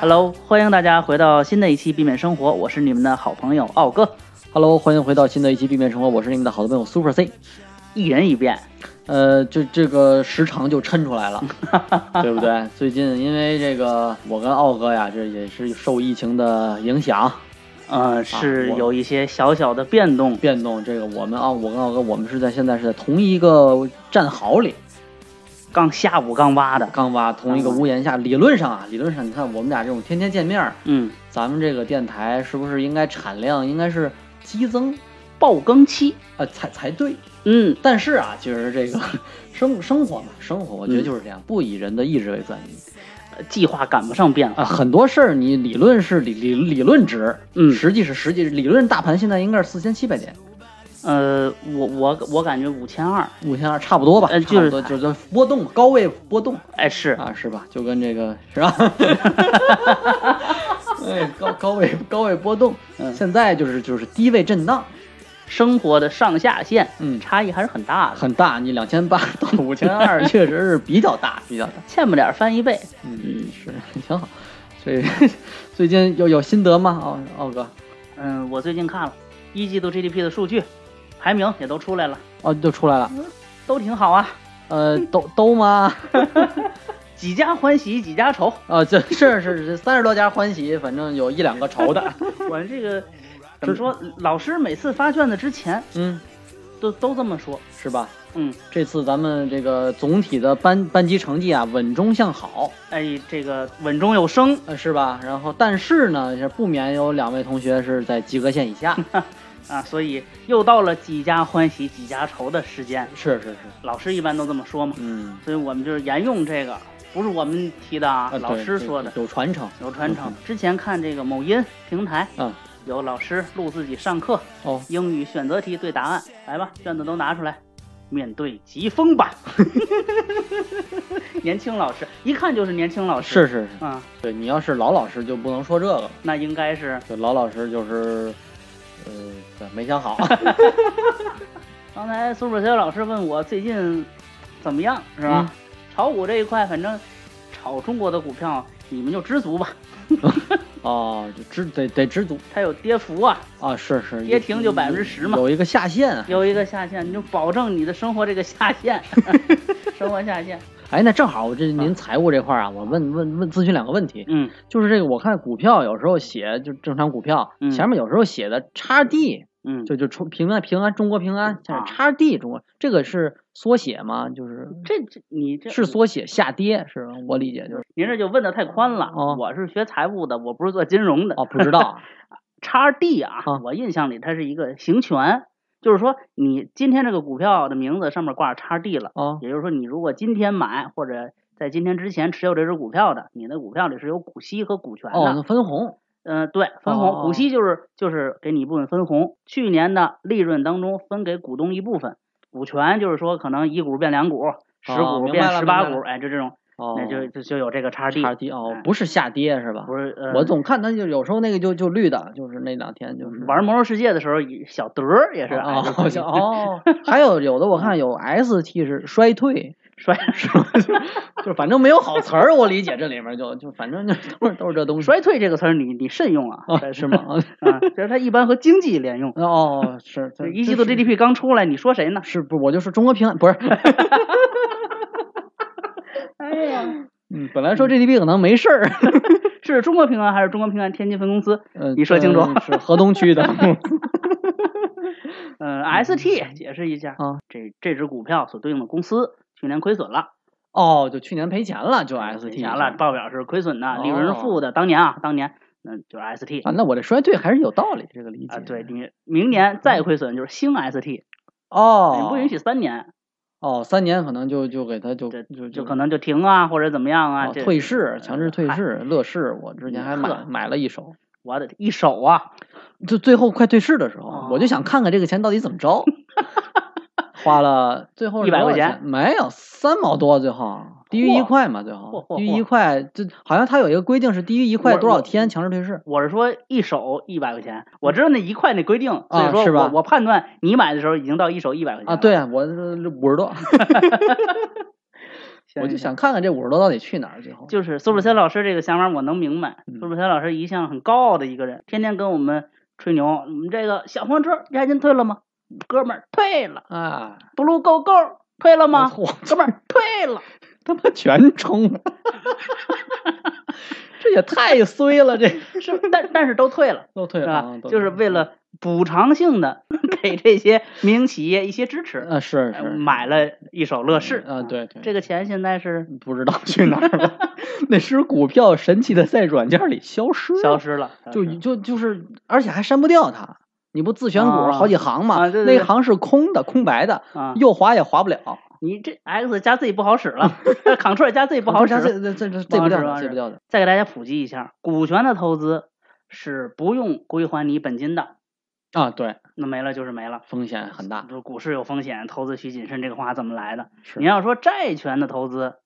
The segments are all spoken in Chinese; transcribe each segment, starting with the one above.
Hello，欢迎大家回到新的一期《避免生活》，我是你们的好朋友奥哥， Hello，欢迎回到新的一期《避免生活》，我是你们的好朋友 Super C。一人一遍。呃，就这个时长就抻出来了，对不对？最近因为这个，我跟奥哥呀，这也是受疫情的影响嗯、是啊我有一些小小的变动，变动。这个我们奥，我跟奥哥，我们是在现在是在同一个战壕里，刚下午刚挖的。刚挖同一个屋檐下。理论上啊，理论上你看我们俩这种天天见面儿，嗯，咱们这个电台是不是应该产量应该是激增爆更期。啊、才才对？嗯，但是啊，其实这个 生生活嘛，生活我觉得就是这样，不以人的意志为转移。计划赶不上变化。啊，很多事儿你理论是理理理论值，嗯实际是实际理论大盘现在应该是四千七百点，呃，我我我感觉五千二，五千二差不多吧，呃差不就多是就是波动嘛高位波动哎，是啊，是吧？就跟这个是吧？ 哎，高高位高位波动，嗯现在就是就是低位震荡，生活的上下限，嗯差异还是很大的，很大，你两千八到五千二 确实是比较大，比较大，欠不点儿翻一倍。嗯，是挺好。所以 最近有有心得吗？奥奥哥，嗯，我最近看了一季度 GDP 的数据，排名也都出来了，哦，就出来了，都挺好啊，呃，都都吗？几家欢喜几家愁。啊，这是是是三十多家欢喜，反正有一两个 愁的。我们这个怎么说？老师每次发卷子之前嗯，都都这么说。是吧？嗯，这次咱们这个总体的班班级成绩啊，稳中向好，哎，这个稳中有升，呃，是吧？然后但是呢，是不免有两位同学是在及格线 以下。啊，所以又到了几家欢喜几家愁的时间。是是是，老师一般都这么说嘛，嗯，所以我们就是沿用这个，不是我们提的啊，啊老对师对嗯说的，有传承有传承。之前看这个某音平台，嗯，有老师录自己上课，哦，英语选择题对答案，来吧，卷子都拿出来，面对疾风吧。 年轻老师，一看就是年轻老师。是是是，啊，对你要是老老师就不能说这个了，那应该是就老老师就是，呃，对没想好， 刚才苏主学老师问我最近怎么样，是吧？嗯炒股这一块，反正炒中国的股票，你们就知足吧，哦，就知得得知足它有跌幅啊，啊，是是，跌停就有10%嘛有一个下限。啊有一个下限，你就保证你的生活这个下限， 生活下限，哎，那正好，我这您财务这块儿啊，我问问问咨询两个问题，嗯就是这个我看股票有时候写就正常股票，嗯前面有时候写的叉 D，嗯，就就出平安平安中国平安，像啊是叉 D 中国，这个是缩写吗？就是这这你这是缩写下跌是吧？我理解就是您这就问的太宽了。哦我是学财务的，我不是做金融的。哦，不知道。啊， 叉 D 啊，啊我印象里它是一个行权，就是说你今天这个股票的名字上面挂着叉 D 了，哦也就是说你如果今天买或者在今天之前持有这只股票的，你的股票里是有股息和股权的。哦，那分红嗯、对，分红，哦股息就是就是给你一部分分红，去年的利润当中分给股东一部分，股权就是说可能一股变两股，十哦股明变白了十八明白股，了哎，就这种，哦，那就就就有这个叉 D，叉 D 哦哎，不是下跌是吧不？是，呃、我总看它就有时候那个就就绿的，就是那两天就是玩魔兽世界的时候，小德儿也是哦哎就好像哦， 还有有的我看有 ST 是衰退。 摔 是吧？就就反正没有好词儿，我理解这里面就就反正就都是都是这东西。衰退这个词儿你你慎用啊，啊，是 吗？啊啊，就是它一般和经济连用。哦，是 就这一季度这是 GDP 刚出来，你说谁呢？是不？我就说中国平安不是， 哎呀，嗯，本来说 GDP 可能没事 儿，是中国平安还是中国平安天津分公 司？呃你说清楚嗯是河东区的 嗯，ST 解释一下啊，这这只股票所对应的公司去年亏损了，哦，就去年赔钱了，就 ST 赔钱了，报表是亏损的，哦利润是负的。当年啊，当年，嗯，就是 ST 啊，那我这衰退还是有道理，这个理解啊，对你明年再亏损就是新 ST，哦，你不允许三年，哦，三年可能就就给他就对就就可能就停啊或者怎么样啊，哦这呃退市，强制退。嗨市，乐视，我之前还呵买买了一手，我的一手啊，就最后快退市的时候，哦我就想看看这个钱到底怎么着， 花了最后是100多块少钱没有三毛多，最后低于嚯一块嘛，最嚯后嚯低于嚯一块，就好像它有一个规定是低于一块我多少我天强制退市。我是说一手一百块钱，我知道那一块那规定，所以啊说是我吧我判断嗯你买的时候已经到一手一百块钱啊，了对，我五十多， 行我就想看看这五十多到底去哪儿最后。就是苏志森老师这个想法，我能明白。嗯苏志森老师一向很高傲的一个人，天天跟我们吹牛。我们这个小黄车押金退了吗？哥们儿退了。啊， Blue Go Go 退了吗？我哥们儿退了。他妈全冲了， 这也太衰了，这是，但但是都退了， 都退是了吧啊，都退了，就是为了补偿性的 给这些民营企业一些支持，啊，是哎是买了一手乐视啊，对对，这个钱现在是不知道去哪儿了， 那只股票神奇的在软件里消失了，消失了，就消失了就就是，而且还删不掉它。你不自选股啊好几行嘛？啊对对那一对行是空的，空白的，啊，又划也划不了。你这 X 加 Z 不好使了 ，Ctrl 加 Z 不好使加了，这这这这这不掉不好使的，这不掉的。再给大家普及一下，股权的投资是不用归还你本金的，啊，对，那没了就是没了。风险很大。就是股市有风险，投资需谨慎，这个话怎么来的？是你要说债权的投资，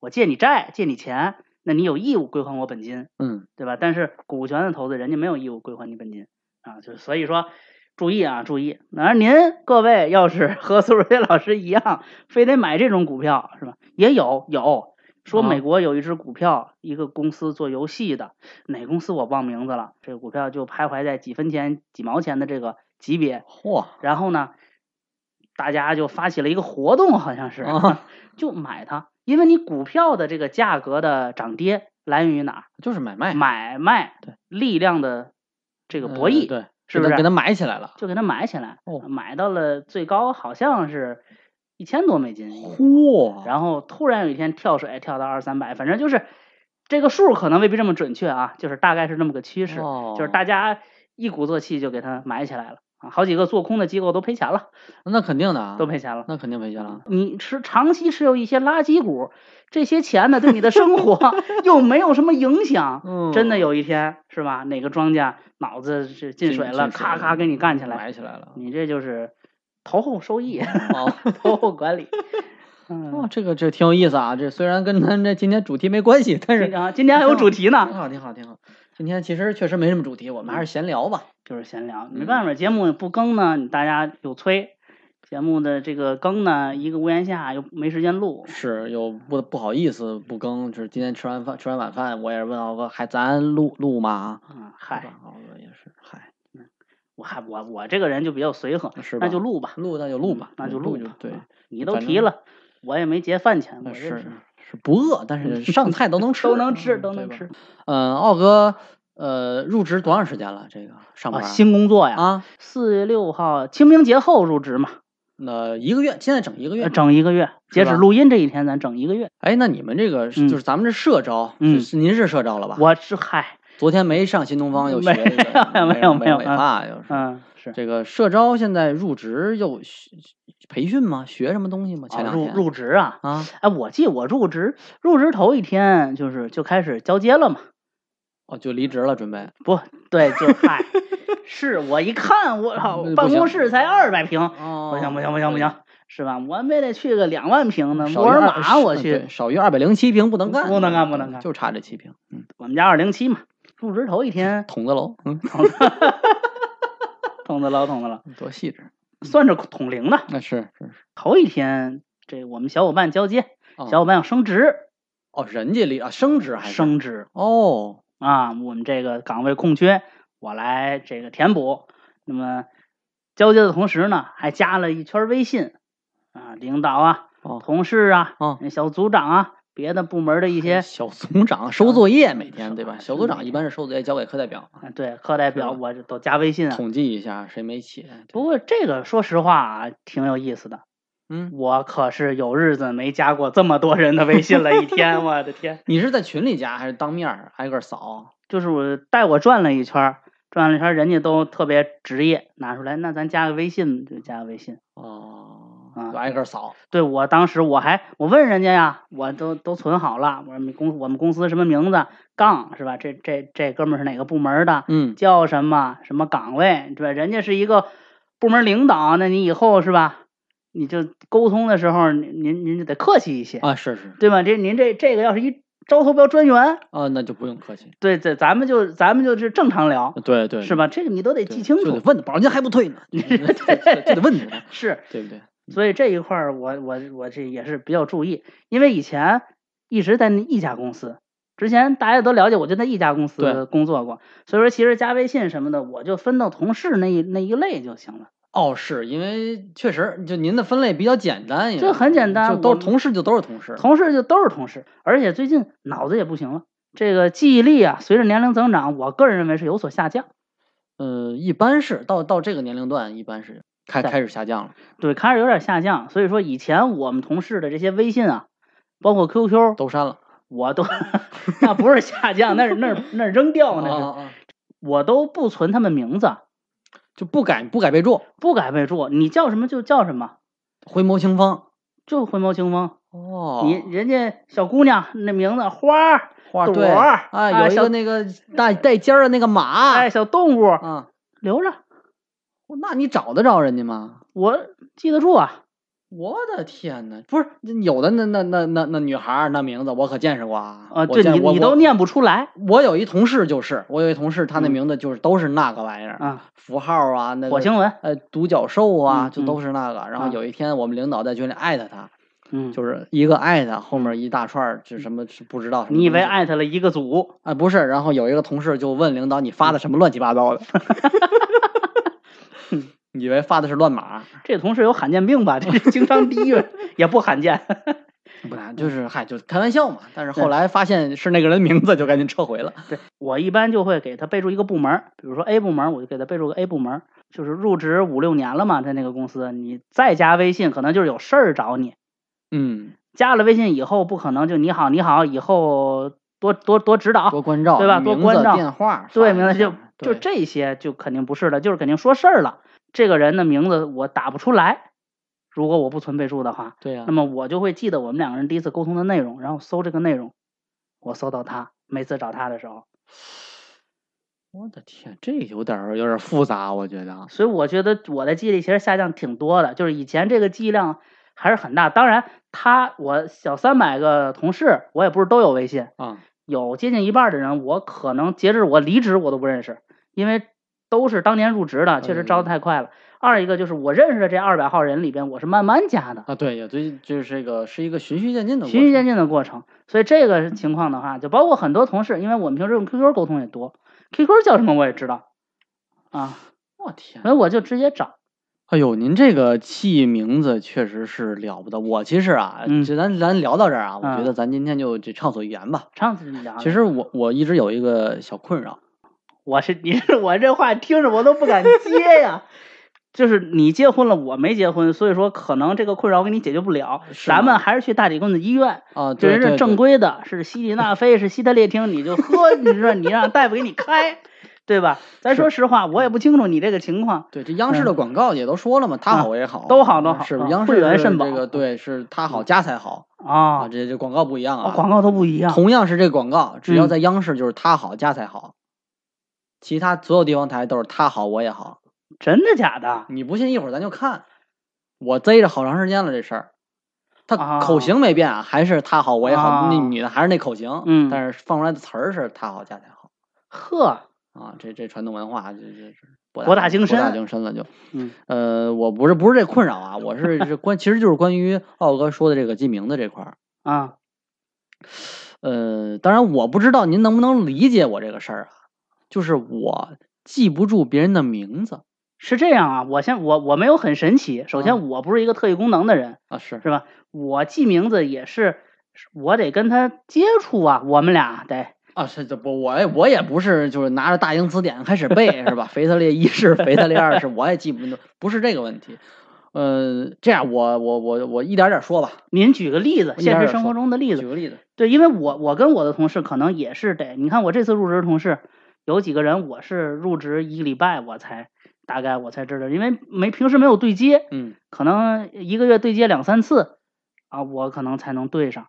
我借你债，借你钱，那你有义务归还我本金，嗯，对吧？但是股权的投资，人家没有义务归还你本金啊，就所以说。注意啊，注意！而您各位要是 和苏瑞老师一样，非得买这种股票是吧？也有有说啊美国有一只股票，一个公司做游戏的，哪公司我忘名字了，这个股票就徘徊在几分钱、几毛钱的这个级别，嚯然后呢，大家就发起了一个活动，好像是，啊， 就买它，因为你股票的这个价格的涨跌来源于哪就是买卖儿？买卖哎对力量的这个呃博弈，对，是不给它是给它买起来了？就给它买起来，哦买到了最高好像是一千多美金，嚯，然后突然有一天跳水跳到二三百，反正就是这个数可能未必这么准确啊，就是大概是这么个趋势，哦就是大家一鼓作气就给它买起来了啊，好几个做空的机构都赔钱了，那肯定的啊，都赔钱了。那肯定赔钱了。你持长期持有一些垃圾股，这些钱呢对你的生活 又没有什么影响。嗯，真的有一天是吧？哪个庄家脑子是进水了，咔咔给你干起来，买起来了。你这就是投后收益、 哦投后管 理。哦嗯，，这个这挺有意思啊，这虽然跟咱这今天主题没关系，但是哦这个啊，今天还有主题挺呢，好，挺好，挺好。今天其实确实没什么主题，我们还是闲聊吧。就是闲聊。嗯没办法，节目不更呢，你大家有催。节目的这个更呢，一个屋檐下又没时间录，是又不不好意思不更，就是今天吃完饭吃完晚饭，我也是问奥哥，还咱录录吗？嗯，是嗨，吧，奥哥也是，嗨，我还我我这个人就比较随和，是吧那就录吧，嗯录嗯那就录吧，那就录录吧。对，啊，你都反提正了，我也没结饭钱，我呃这是是不饿，但是上菜 都能吃， 都能吃嗯都能。对吃吧嗯，奥哥，呃，入职多长时间了？这个上啊，班新工作呀，啊，四月六号清明节后入职嘛，那一个月，现在整一个月呃。整一个月，截止吧录音这一天咱整一个月。哎，那你们这个是嗯就是咱们这社招，嗯是您是社招了吧？我是嗨，昨天没上新东方，又学没这个有美没有美没有美嗯发，又是嗯，是这个社招现在入职又学培训吗？学什么东西吗？前啊两入天入职啊，啊，哎，我记我入职入职头一天就是就开始交接了嘛，哦，就离职了，准备不对，就嗨， 是我一看我操嗯，不办公行室才二百平，哦不行不行不行不行，是吧？我非得去个两万平的少沃于尔二玛，我嗯去对，少于二百零七平不能干，嗯不能干不能干就差这七平，嗯，，我们家二零七嘛，入职头一天筒子楼，嗯，捅的老捅的了，多细 致，算是捅零的。那是是是，头一天，这我们小伙伴交接，哦小伙伴要升职，哦，人家离啊升职还是升职哦，啊，我们这个岗位空缺，我来这个填补。那么交接的同时呢，还加了一圈微信啊，领导啊哦，同事啊哦，小组长啊，别的部门的一些 小组长收作业每天对吧？是小组长一般是收作业交给课代表，啊对课代表，是我这都加微信啊。统计一下谁没写，不过这个说实话啊，挺有意思的。嗯，我可是有日子没加过这么多人的微信了，一天，我的天！你是在群里加还是当面儿挨个儿扫？就是我带我转了一圈儿，转了一圈儿，人家都特别职业，拿出来，那咱加个微信就加个微信。哦，啊就挨个儿扫，对我当时我还我问人家呀，我都都存好了，我说你公我们公司什么名字，杠是吧？这这这哥们儿是哪个部门的，嗯，叫什么什么岗位，对吧？人家是一个部门领导，那你以后是吧？你就沟通的时候，您您您就得客气一些，啊，是是对吧？这您这这个要是一招投标专员，啊，那就不用客气，对对，咱们就咱们就是正常聊，对对哦是吧？这个你都得对记清就得楚，嗯 问他，保人家还不退呢，就得就得问他，是对不对？所以这一块儿我我我这也是比较注意，因为以前一直在那一家公司，之前大家都了解我就在一家公司对工作过，所以说其实加微信什么的，我就分到同事那一那一类就行了。哦，是因为确实就您的分类比较简单，这很简单就都我是同事就都是同事，同事就都是同事，而且最近脑子也不行了，这个记忆力啊，随着年龄增长，我个人认为是有所下降。呃，一般是到到这个年龄段，一般是开对开始下降了，对，开始有点下降。所以说以前我们同事的这些微信啊，包括 QQ，都删了。我都那不是下降，那是那是那是扔掉那是，啊啊我都不存他们名字，就不改不改备注，不改备注，你叫什么就叫什么，回眸清风。就回眸清风。哦你人家小姑娘那名字花儿，花朵对儿啊啊，有一小个那个带带尖儿的那个马，哎，小动物啊，留着，那你找得着人家吗？我记得住啊。我的天呐，不是有的那那那那那女孩儿那名字我可见识过啊！啊，我对见你我你都我念不出来我有一同事就是，我有一同事，他那嗯名字就是都是那个玩意儿，啊，符号啊，那火个星文，呃独角兽啊，嗯就都是那个。然后啊有一天我们领导在群里艾特他，嗯，就是一个艾特后面一大串儿就什么是不知道什么东西。你以为艾特了一个组，啊不是？然后有一个同事就问领导你嗯发的什么乱七八糟的， 以为发的是乱码，这同事有罕见病吧？这是情商低吧？ 也不罕见。不然嗯就是嗨就开玩笑嘛。但是后来发现是那个人名字，就赶紧撤回了。对我一般就会给他备注一个部门儿，比如说 A 部门儿，我就给他备注个 A 部门儿。就是入职五六年了嘛，在那个公司，你再加微信，可能就是有事儿找你。嗯。加了微信以后，不可能就你好你好，以后多多多指导，多关照，哦对吧名多字关照电话，对，发一名字就下就对这些就肯定不是了，就是肯定说事儿了。这个人的名字我打不出来，如果我不存备注的话，对呀那。么我就会记得我们两个人第一次沟通的内容，然后搜这个内容，我搜到他，每次找他的时候，我的天，这有点儿有点儿复杂，我觉得。啊所以我觉得我的记忆力其实下降挺多的，就是以前这个记忆量还是很大。当然，他我小三百个同事，我也不是都有微信，啊，有接近一半的人，我可能截至我离职我都不认识，因为都是当年入职的，确实招的太快了。二一个就是我认识的这二百号人里边，我是慢慢加的，啊，对，也对，就是这个是一个循序渐进的过程，循序渐进的过程。所以这个情况的话，就包括很多同事，因为我们平时用 QQ 沟通也多，QQ 叫什么我也知道啊，我天所，以我就直接找。哎呦，您这个起名字确实是了不得。我其实啊，嗯就咱咱聊到这儿啊，我觉嗯得咱今天就这畅所欲言吧。上次你聊的，其实我我一直有一个小困扰，我是你 是我这话听着我都不敢接呀。就是你结婚了，我没结婚，所以说可能这个困扰我给你解决不了。是咱吗们还是去大理公子医院，啊，这对人对是正对规的，是西地那非，是西德列汀，你就喝，你说你让大夫给你开，对吧？咱说实话，我也不清楚你这个情况。对，这央视的广告也都说了嘛，嗯他啊好我也好，都好都好是啊央惠视源是肾这宝个对，是他好家才好啊，啊，这这广告不一样哦啊，广告都不一样。同样是这广告，只要嗯在央视就是他好家才好，其他所有地方台都是他好我也好。真的假的？你不信，一会儿咱就看。我贼着好长时间了这事儿，他啊口型没变啊，还是他好我也好，啊那女的还是那口型，嗯但是放出来的词儿是他好家才好呵，啊。这这传统文化这这这博博大精博大深精深了就。嗯呃，我不是不是这困扰啊，我是是关，其实就是关于奥哥说的这个记名字这块儿。啊，呃，当然我不知道您能不能理解我这个事儿啊，就是我记不住别人的名字是这样啊。我先我我没有很神奇，首啊先我不是一个特异功能的人，啊，是是吧？我记名字也是，我得跟他接触啊，我们俩得。啊，是这不我也我也不是就是拿着大英词典开始背是吧？腓特烈一世、腓特烈二世，我也记不住，不是这个问题。呃，这样我我我我一点点说吧，您举个例子，一点现点实生活说中的例举子，个例子，对，因为我我跟我的同事可能也是得，你看我这次入职的同事有几个人，我是入职一个礼拜我才大概我才知道，因为没平时没有对接，嗯，可能一个月对接两三次啊，我可能才能对上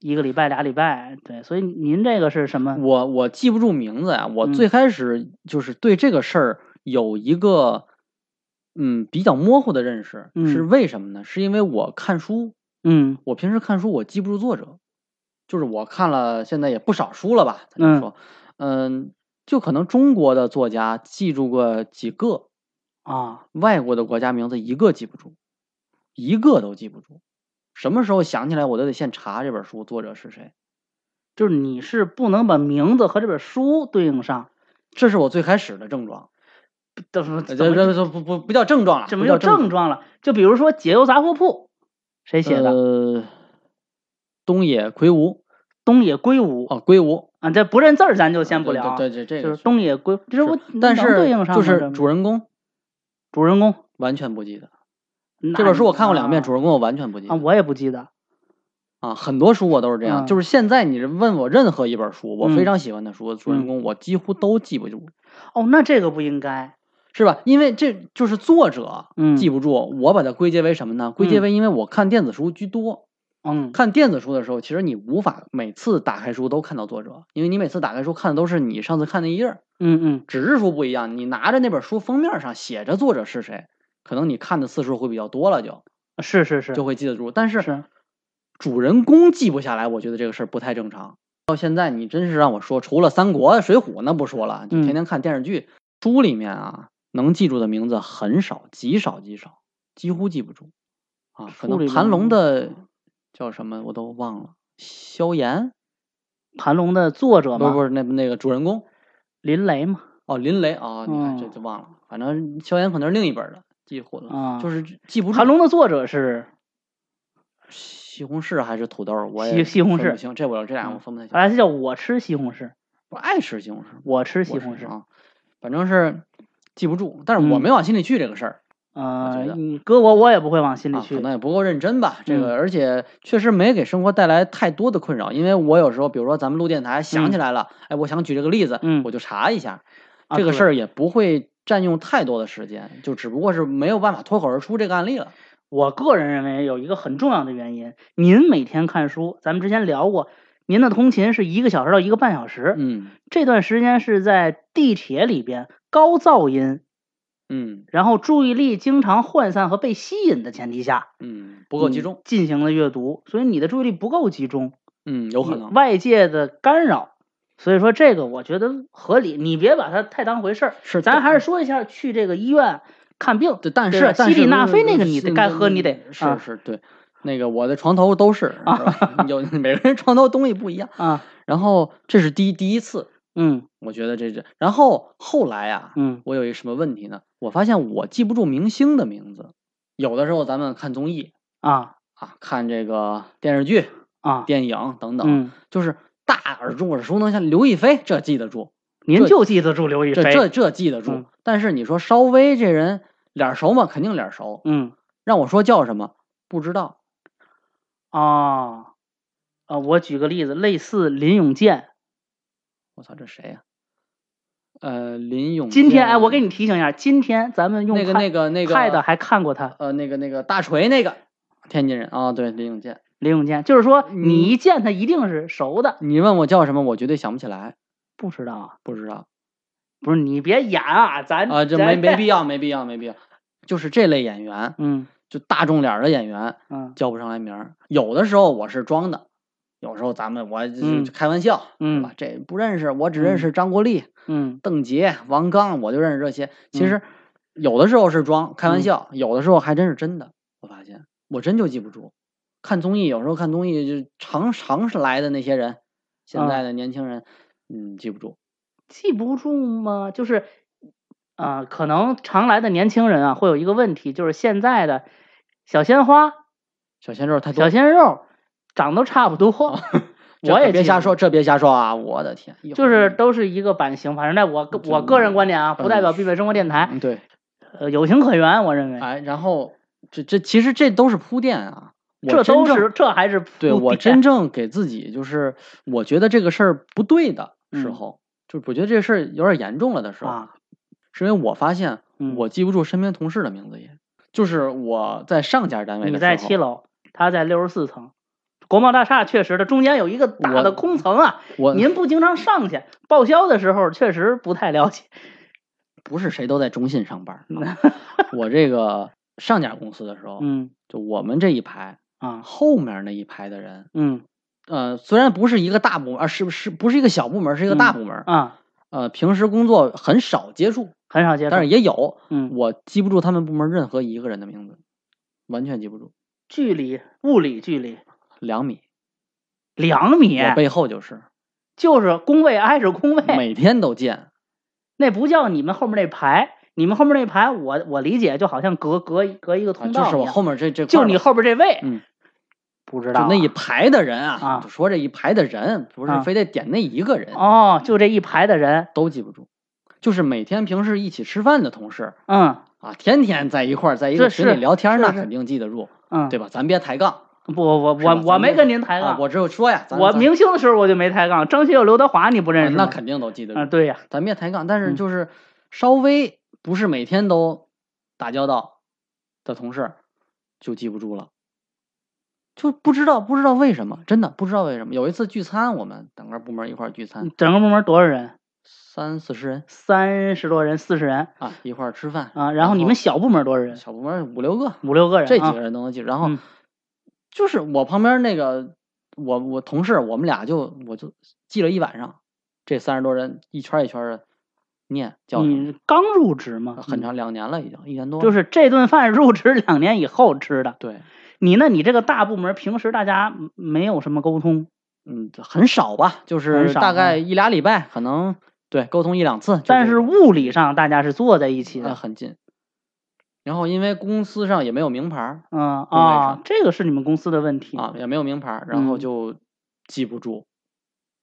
一个礼拜俩礼拜，对，所以您这个是什么？我我记不住名字呀、啊我嗯最开始就是对这个事儿有一个嗯比较模糊的认识，是嗯为什么呢？是因为我看书，嗯我平时看书我记不住作者，就是我看了现在也不少书了吧，咱就嗯说，嗯就可能中国的作家记住过几个，啊外国的国家名字一个记不住。一个都记不住。什么时候想起来，我都得现查这本书作者是谁。就是你是不能把名字和这本书对应上，这是我最开始的症状，怎么呃怎这么这这不不不叫症状了，怎不么叫就症症状了？就比如说《解忧杂货铺》，谁写的？呃，东野圭吾东野圭吾哦，圭吾啊，这不认字儿咱就先不对聊啊，对对，这这就个是东野圭，这不能但是对应上就吗这是不主人公主人公。完全不记得。那这本书你我看过两遍，啊主人公我完全不记啊，得我也不记得。啊。很多书我都是这样，嗯就是现在你问我任何一本书，我嗯非常喜欢的书，主人公我几乎都记不住，哦，那这个不应该。是吧？因为这就是作者嗯，记不住，我把它归结为什么呢？归结嗯为因为我看电子书居多。嗯，看电子书的时候，其实你无法每次打开书都看到作者，因为你每次打开书看的都是你上次看那一页儿，嗯嗯，纸质书不一样，你拿着那本书封面上写着作者是谁，可能你看的次数会比较多了就，嗯是是是，就会记得住。但是是主人公记不下来，我觉得这个事儿不太正常。到现在你真是让我说，除了《三国》《啊水浒》那不说了，就嗯天天看电视剧，书里面啊能记住的名字很少，极少极少，几乎记不住。啊，书可里能面盘龙的叫什么我都忘了，萧炎盘龙的作者不吗？是不是那那个主人公林雷嘛。哦林雷啊，你看这嗯就忘了，反正萧炎可能是另一本儿的，记混了，啊，就是是记不住。盘龙的作者是，西红柿还是土豆儿，我西也西红分柿不清，这我这俩我嗯分不太清。还是叫我吃西红柿，我爱吃西红柿，我吃我西红柿。啊，反正是记不住，但是我嗯没往心里去这个事儿我觉呃得，你搁我我也不会往心里啊，可去。能也不够认真吧。这个嗯而且确实没给生活带来太多的困扰，因为我有时候比如说咱们录电台想起来了，哎，我想举这个例子，嗯我就查一下，啊这个对事儿也不会占用太多的时间，就只不过是没有办法脱口而出这个案例了。我个人认为有一个很重要的原因，您每天看书，咱们之前聊过，您的通勤是一个小时到一个半小时，嗯这段时间是在地铁里边高噪音，嗯然后注意力经常涣散和被吸引的前提下，嗯，不够集中，，进行了阅读，所以你的注意力不够集中，嗯，有可以能。外界的干扰。所以说这个我觉得合理，你别把它太当回事儿。是咱但还是说一下去这个医院看病，对，但对是吧但西是里如那果非那个是你得该喝你得是啊是，对，那个我的床头都是，是吧 有每个人床头东西不一样。啊，然后这是第一第一次，嗯我觉得这是。然后后来啊，嗯我有一什么问题呢？我发现我记不住明星的名字，有的时候咱们看综艺啊啊，看这个电视剧、啊，电影等等，嗯，就是大耳中耳熟能详，刘亦菲这记得住，您这就记得住刘亦这菲，这这记得住。嗯但是你说稍微这人脸熟吗？肯定脸熟。嗯让我说叫什么，不知道。啊啊，我举个例子，类似林永健，我操，这谁呀、呃，林永健。今天哎，我给你提醒一下，今天咱们用那个汉那个那个派的还看过他呃那个那个大锤那个天津人啊、对林永健。林永健，就是说你嗯一见他一定是熟的，你问我叫什么，我绝对想不起来，不知道啊，不知道不是你别演啊，咱啊，这咱没没必要，没必要，没必要。就是这类演员，嗯就大众脸儿的演员，嗯叫不上来名儿。有的时候我是装的，有时候咱们我就是嗯开玩笑，对吧嗯？这不认识，我只认识张国立、嗯邓婕、王刚，我就认识这些。其嗯实有的时候是装开玩嗯笑，有的时候还真是真的。我发现我真就记不住。看综艺有时候看综艺就常常是来的那些人，现啊在的年轻人，嗯，记不住。记不住吗？就是，啊、可能常来的年轻人啊，会有一个问题，就是现在的小鲜花、小鲜肉太多小了，鲜肉长得都差不多， 这我可也别记瞎不说，这别瞎说啊！我的天，一会就儿是你都是一个版型。反正在我个这我个人观点啊，不代表嗯必备生活电台嗯，对，呃，有情可原，我认为哎，然后这这其实这都是铺垫啊，我这真都正是这还是对铺我垫真正给自己就是我觉得这个事儿不对的时嗯候，就我觉得这事儿有点严重了的时候，啊，是因为我发现嗯我记不住身边同事的名字也，就是我在上家单位你的在时候七，楼，他在六十四层。国贸大厦确实的，中间有一个大的我空层啊，我您不经常上去，报销的时候确实不太了解。不是谁都在中信上班儿 啊，我这个上家公司的时候，嗯就我们这一排啊，后面那一排的人。嗯呃，虽然不是一个大部门，啊，是是不是一个小部门，是一个大嗯部门。啊，呃，平时工作很少接触，很少接触。但是也有，嗯我记不住他们部门任何一个人的名字。完全记不住，距离物理距离两米，两米，我背后就是就是宫位挨着宫位，每天都见，那不叫你们后面那排，你们后面那排，我我理解就好像隔隔隔一个啊通道一样，就是我后面这这块就儿你吧后边这位，嗯不知道就啊那一排的人啊啊，就说这一排的人，不是啊非得点那一个人，哦，就这一排的人，都记不住，就是每天平时一起吃饭的同事嗯啊，天天在一块儿，在一这个群里是聊天，是那是肯定记得住，嗯，对吧？咱别抬杠，不，我我是吧我我咱没们跟您抬啊杠，，我只有说呀，咱我咱明星的时候我就没抬杠，张学友、刘德华你不认啊识那吗？肯定都记得啊，住，对呀，咱别抬杠，但是嗯就是稍微不是每天都打交道的同事就记不住了。就不知道不知道为什么，真的不知道为什么。有一次聚餐，我们整个部门一块儿聚餐，整个部门多少人？三四十人三十多人，四十人啊，一块儿吃饭。啊。然后你们小部门多少人？小部门五六个，五六个人啊，这几个人都能记住。然后嗯就是我旁边那个我我同事，我们俩就我就记了一晚上，这三十多人一圈一圈的念叫什么，你刚入职嘛，很嗯。长两年了已经一年多了。就是这顿饭入职两年以后吃的。对，你呢？你这个大部门平时大家嗯没有什么沟通，嗯，很少吧，就是很少大概啊一俩礼拜，可能对沟通一两次，就但这是种物理上大家是坐在一起呃的。很近。然后因为公司上也没有名牌儿嗯工位啊上，这个是你们公司的问题啊，也没有名牌儿，然后嗯就记不住，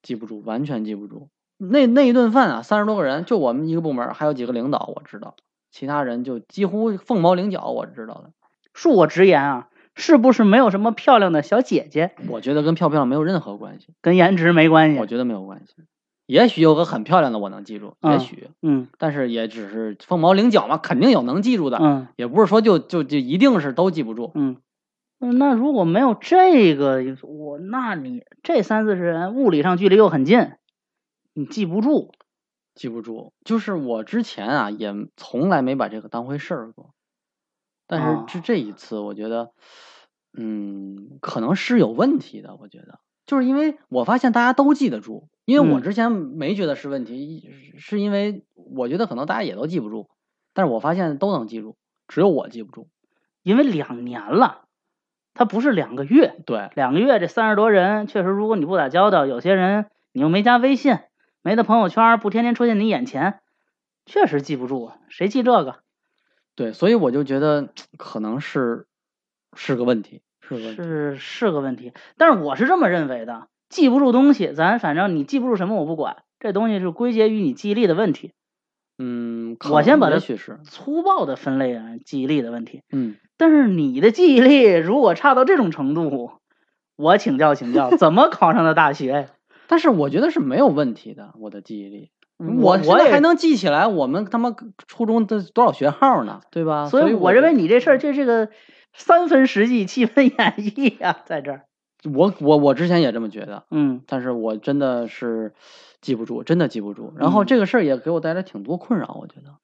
记不住，完全记不住。那那一顿饭啊，三十多个人，就我们一个部门儿，还有几个领导我知道，其他人就几乎凤毛麟角，我知道的。恕我直言啊，是不是没有什么漂亮的小姐姐，我觉得跟漂不漂亮没有任何关系，跟颜值没关我系？觉得没有关系。也许有个很漂亮的我能记住，也嗯许，嗯但是也只是凤毛麟角嘛，肯定有能记住的，嗯也不是说就就就一定是都记不住。嗯。那如果没有这个，我那你这三四十人物理上距离又很近，你记不住，记不住。就是我之前啊，也从来没把这个当回事儿过，但啊是这这一次，我觉得，嗯，可能是有问题的。我觉得，就是因为我发现大家都记得住，因为我嗯之前没觉得是问题，是因为我觉得可能大家也都记不住，但是我发现都能记住，只有我记不住。因为两年了，它不是两个月，对，两个月这三十多人，确实如果你不打交道，有些人你又没加微信，没他朋友圈，不天天出现你眼前，确实记不住啊，谁记这个？对，所以我就觉得可能是是个问题，是个问题。是是个问题，但是我是这么认为的，记不住东西，咱反正你记不住什么我不管，这东西是归结于你记忆力的问题，嗯，可我先能把也它许是，粗暴的分类啊，记忆力的问题。嗯，但是你的记忆力如果差到这种程度，我请教请教，怎么考上的大学呀？但是我觉得是没有问题的，我的记忆力。嗯我现我在也还能记起来我们他妈初中的多少学号呢，对吧？所以啊以我觉认为你这事儿就是个三分实际，七分演绎啊，在这儿。我我我之前也这么觉得，嗯但是我真的是记不住，真的记不住。然后嗯这个事儿也给我带来挺多困扰，我觉得。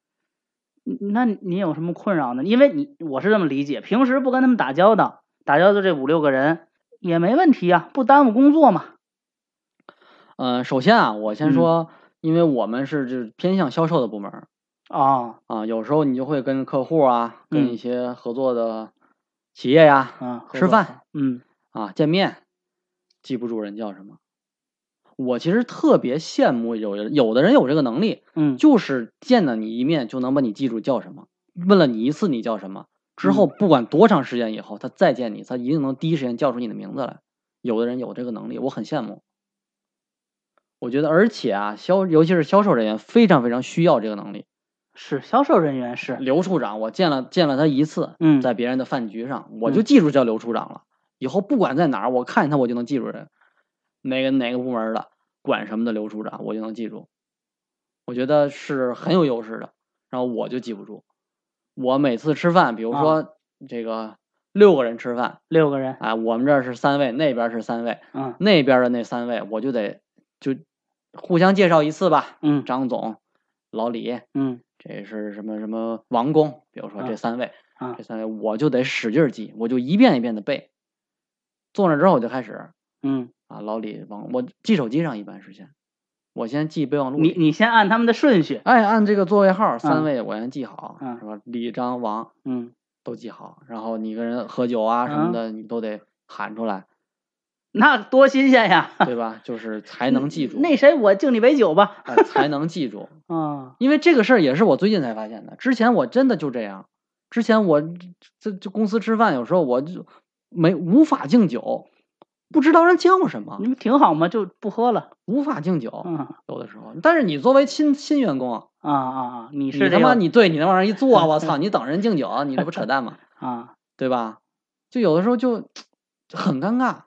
嗯，那你有什么困扰呢？因为你我是这么理解，平时不跟他们打交道，打交道这五六个人也没问题啊，不耽误工作嘛。呃，首先啊，我先嗯说，因为我们是就是偏向销售的部门儿哦，啊，有时候你就会跟客户啊，跟嗯一些合作的企业呀、嗯，合吃作饭伙，嗯啊，见面记不住人叫什么。我其实特别羡慕有人，有的人有这个能力，嗯，就是见了你一面就能把你记住叫什么，问了你一次你叫什么，之后不管多长时间以后，他再见你，他一定能第一时间叫出你的名字来。有的人有这个能力，我很羡慕。我觉得，而且啊，销尤其是销售人员非常非常需要这个能力。是销售人员是，刘处长，我见了见了他一次，嗯嗯在别人的饭局上，我就嗯记住叫刘处长了。以后不管在哪儿，我看见他我就能记住人，哪个哪个部门的管什么的刘处长，我就能记住。我觉得是很有优势的。然后我就记不住，我每次吃饭，比如啊说这个六个人吃饭，六个人，啊，我们这儿是三位，那边儿是三位，嗯那边儿的那三位，我就得就互相介绍一次吧。嗯张总、老李，嗯这是什么什么王工，比如说这嗯三位，啊这三位我就得使劲儿记，我就一遍一遍的背。坐那之后我就开始嗯，啊，老李王，我记手机上一般是先，我先记备忘录你里。你先按他们的顺序，哎，按这个座位号儿三嗯位我先记好，嗯是吧？李、张、王，嗯都记好，然后你跟人喝酒啊什么的，你都得喊出来， 那多新鲜呀！对吧？就是 才能记住，啊那谁，我敬你为酒吧。哎才能记住。啊，因为这个事儿也是我最近才发现的，之前我真的就这样。之前我这这公司吃饭，有时候我就没无法敬酒，不知道人叫什么你，们挺好嘛，就不喝了。无法敬酒，嗯啊有的时候。但是你作为新新员工，啊啊！你你是他这个妈你对你那往上一坐，我操，你等人敬酒，你这不扯淡吗？啊，对吧？就有的时候就很尴尬。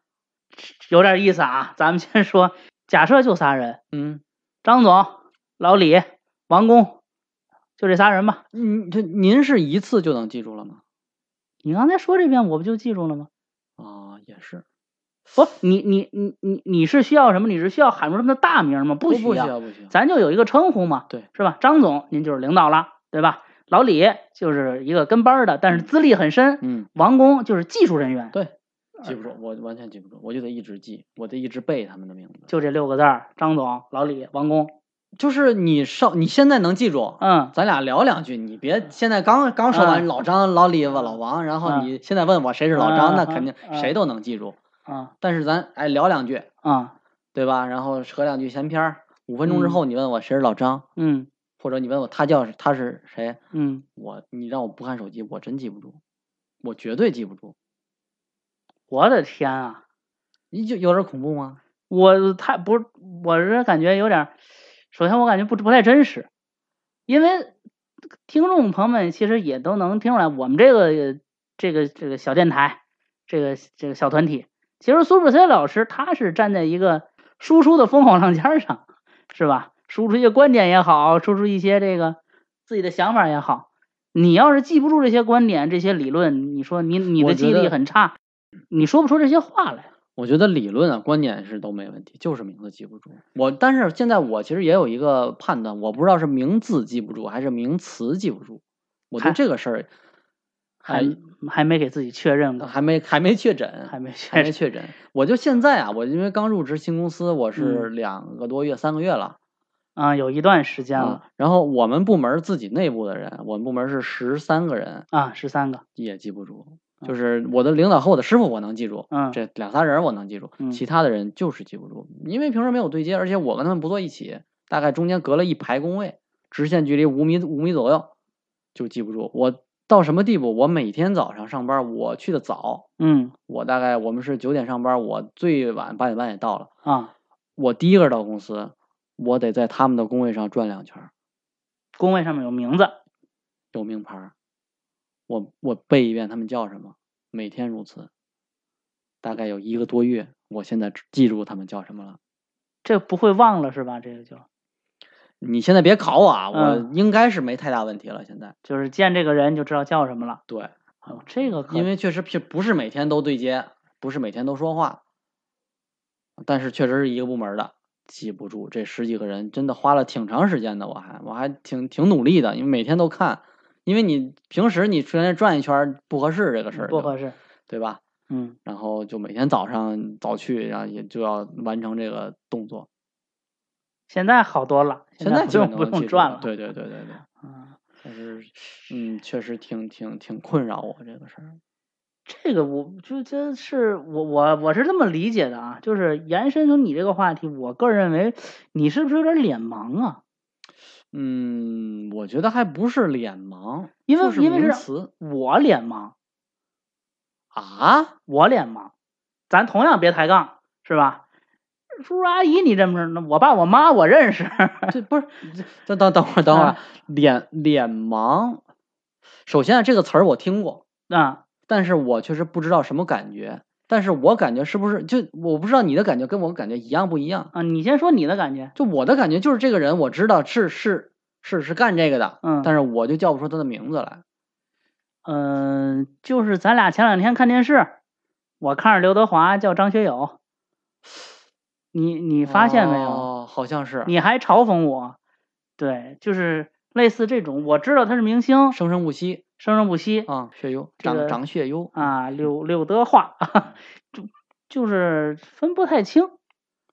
有点意思啊。咱们先说，假设就仨人，嗯，张总、老李、王工，就这仨人吧。您嗯这您是一次就能记住了吗？你刚才说这遍，我不就记住了吗？啊，也是，不，你你你你你是需要什么？你是需要喊出他们的大名吗？不需不需要不需要。咱就有一个称呼嘛，对，是吧？张总，您就是领导了，对吧？老李就是一个跟班儿的，但是资历很深。嗯，王工就是技术人员，对，呃记不住，我完全记不住，我就得一直记，我得一直背他们的名字。就这六个字儿：张总、老李、王工。就是你上，你现在能记住，嗯，咱俩聊两句，你别现在刚刚说完嗯老张、老李、老王，然后嗯你现在问我谁是老张，嗯那嗯肯定嗯谁都能记住。啊但是咱哎聊两句，啊，对吧？然后扯两句闲篇儿，五分钟之嗯后你问我谁是老张，嗯或者你问我他叫他是谁，嗯，我你让我不看手机，我真记不住，我绝对记不住。我的天啊，你就有点恐怖吗？我太不是，我是感觉有点儿，首先我感觉不不太真实，因为听众朋友们其实也都能听出来，我们这个这个这个小电台，这个这个小团体，其实苏志燮老师他是站在一个输出的风口浪尖儿上，是吧？输出一些观点也好，输出一些这个自己的想法也好，你要是记不住这些观点、这些理论，你说你你我的觉记忆力得很差，你说不出这些话来。我觉得理论啊、观点是都没问题，就是名字记不住。我但是现在我其实也有一个判断，我不知道是名字记不住还是名词记不住。我对还这个事儿还哎还没给自己确认过，还没还没确诊，还没还确没 认。确诊。我就现在啊，我因为刚入职新公司，我是嗯两个多月、三个月了啊，有一段时间了啊。然后我们部门自己内部的人，我们部门是十三个人，啊，十三个，也记不住。嗯就是我的领导和我的师傅，我能记住，嗯这两仨人我能记住，嗯其他的人就是记不住，因为平时没有对接，而且我跟他们不坐一起，大概中间隔了一排工位，直线距离五米五米左右，就记不住。我到什么地步？我每天早上上班，我去的早，嗯我大概我们是九点上班，我最晚八点半也到了。啊，我第一个到公司，我得在他们的工位上转两圈儿，工位上面有名字，有名牌儿，我我背一遍他们叫什么，每天如此，大概有一个多月，我现在只记住他们叫什么了。这不会忘了是吧？这个就你现在别考我啊，我嗯应该是没太大问题了。现在就是见这个人就知道叫什么了。对，哦，这个可因为确实是不是每天都对接，不是每天都说话，但是确实是一个部门的，记不住这十几个人，真的花了挺长时间的。我还我还挺挺努力的，因为每天都看，因为你平时你出来转一圈儿不合适这个事儿，不合，适。对吧？嗯然后就每天早上早去，然后也就要完成这个动作。现在好多了，现在基就本不都能记用住转了。对对对对对，嗯，但是嗯，确实挺挺挺困扰我这个事儿。这个我就这是我我我是这么理解的啊，就是延伸出你这个话题，我个人认为你是不是有点脸盲啊？嗯，我觉得还不是脸盲，因为就是因为名是词我脸盲，啊， 我脸盲，咱同样别抬杠，是吧？叔叔阿姨，你认不认识？那我爸我妈我认识， 这不是这等等会儿等啊会儿，脸脸盲。首先啊，这个词儿我听过，啊，但是我确实不知道什么感觉。但是我感觉是不是就我不知道你的感觉跟我感觉一样不一样？啊，你先说你的感觉，就我的感觉就是这个人我知道是是是是干这个的，嗯但是我就叫不出他的名字来。嗯、就是咱俩前两天看电视，我看着刘德华叫张学友，你你你发现没有？哦，好像是你还嘲讽我，对，就是类似这种，我知道他是明星，生生不息生生不息啊，血优这长个长血优，啊，柳柳德华， 就就是分不太清，